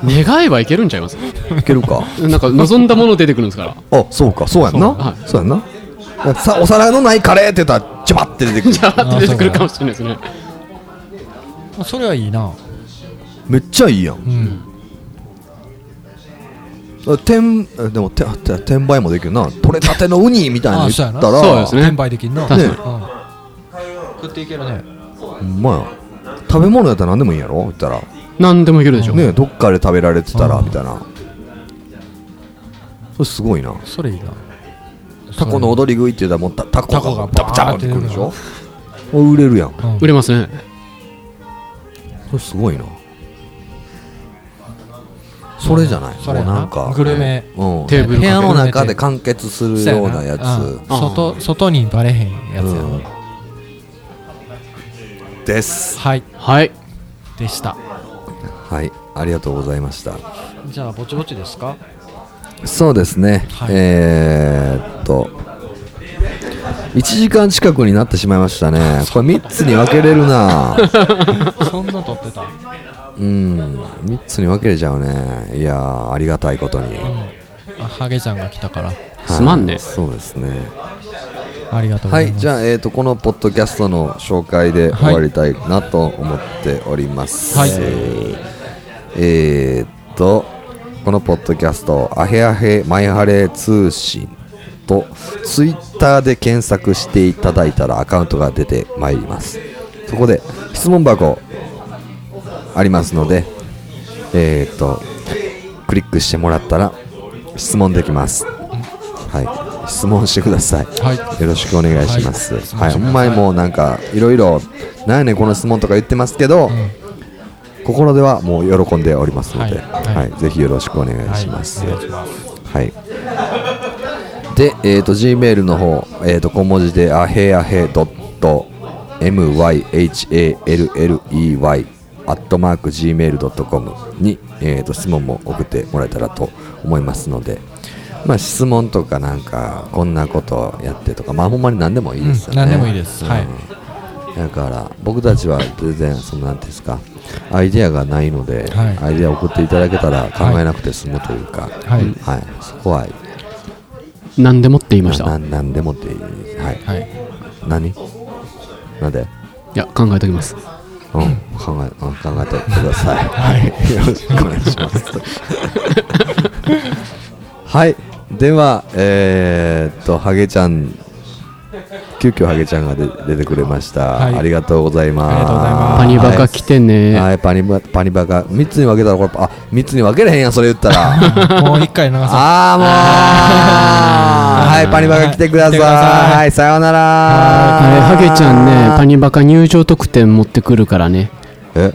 S4: 願えばいけるんちゃいます。
S1: いけるか
S4: なんか望んだもの出てくるんですから。
S1: あそうかそうやんな
S4: はい
S1: そうやんなさお皿のないカレーって言ったらジャバって出てくる
S4: じゃあって出てくるかもしれないですね
S2: あそれはいいな
S1: めっちゃいいやん
S2: うん
S1: あ転えでもてあて転売もできるな取れたてのウニみたいなの
S2: あ
S1: 言
S2: そう
S1: っ
S2: やな
S1: たら
S4: そうですね
S2: 転売できんな
S1: 確
S2: うん
S1: か
S2: 食っていけるね
S1: ほんまや食べ物やったら何でもいいんやろ言ったら
S4: 何でもいけるでしょ、
S1: ねどっかで食べられてたら
S2: うん
S1: みたいなそれすごいな
S2: それいいな
S1: タコの踊り食いって言ったらもうタタ
S2: タコ
S1: コ
S2: が
S1: が
S2: バ
S1: ダ
S2: ー
S1: ブ
S2: ッ
S1: チャーってくるでしょあ
S2: て
S1: 売れるやん
S2: うん
S4: 売れますね
S1: それすごいなそれじゃない
S2: それや
S1: もうなんか
S2: グルメ
S1: うん
S4: テーブル
S1: 部屋の
S2: グルメテーブ
S1: 中
S2: ル
S1: で完結する
S2: そ
S1: よう
S2: や
S1: なやつ
S2: うん
S4: あー
S2: 外外にバレへんやつやな
S1: うんです
S2: はい
S4: はい
S2: でした
S1: はいありがとうございました
S2: じゃあぼちぼちですか
S1: そうですね、
S2: はい
S1: えーっと1時間近くになってしまいましたねこれ3つに分けれる な
S2: そんな撮ってた
S1: うん3つに分けれちゃうねいやーありがたいことに、
S2: あハゲちゃんが来たから
S4: すまんね
S1: はいそうですね
S2: ありがとうご
S1: は
S2: ざい
S1: い
S2: ます
S1: じゃあ、えー、とこのポッドキャストの紹介で
S2: はい
S1: 終わりたいなと思っております、
S2: はい
S1: えーっとこのポッドキャスト「アヘアヘマイハレ通信」とツイッターで検索していただいたらアカウントが出てまいりますそこで質問箱ありますのでえーっとクリックしてもらったら質問できますはい質問してください
S2: はい
S1: よろしくお願いします。
S2: はい
S1: はい、ほんまにもうなんかいろいろ、なんやねんこの質問とか言ってますけど、心ではもう喜んでおりますので、
S2: は
S1: はいい
S2: はい
S1: ぜひよろしくお願いします。
S2: はいお
S1: は
S2: 願いし
S1: い。
S2: ます
S1: で、えー、と G メールの方、えー、と小文字であへあへドット m y h a l l e y アットマーク gmail.com に、えー、と質問も送ってもらえたらと思いますので、まあ、質問とかなんかこんなことやってとか、まあ、ほんまに何でもいいですよね、
S2: うん何でもいいですはい
S1: だから僕たちは全然そのなんていうんですかアイデアがないので、
S2: はい
S1: アイデアを送っていただけたら考えなくて済むというか、
S2: はい
S1: はい、そこは
S4: 何でもって言いました
S1: ないんなんでもっていう、はい
S2: はい
S1: 何なんで、
S4: や考えときます
S1: うん、考えうん考えてくだ さい、はい、よろしくお願いします はいではえー、っとハゲちゃん急遽ハゲちゃんがで出てくれました、
S2: はい
S1: ありがとうございます
S2: ありがとうございます
S4: パニバカ来てね、
S1: はい、パニバパニバカ3つに分けたらこれあ3つに分けれへんやんそれ言ったら
S2: もう一回流そう
S1: ああ もうはいパニバカ来てくだ
S2: 来てくださ
S1: さいさようなら
S4: あれハゲちゃんねパニバカ入場特典持ってくるからね
S1: え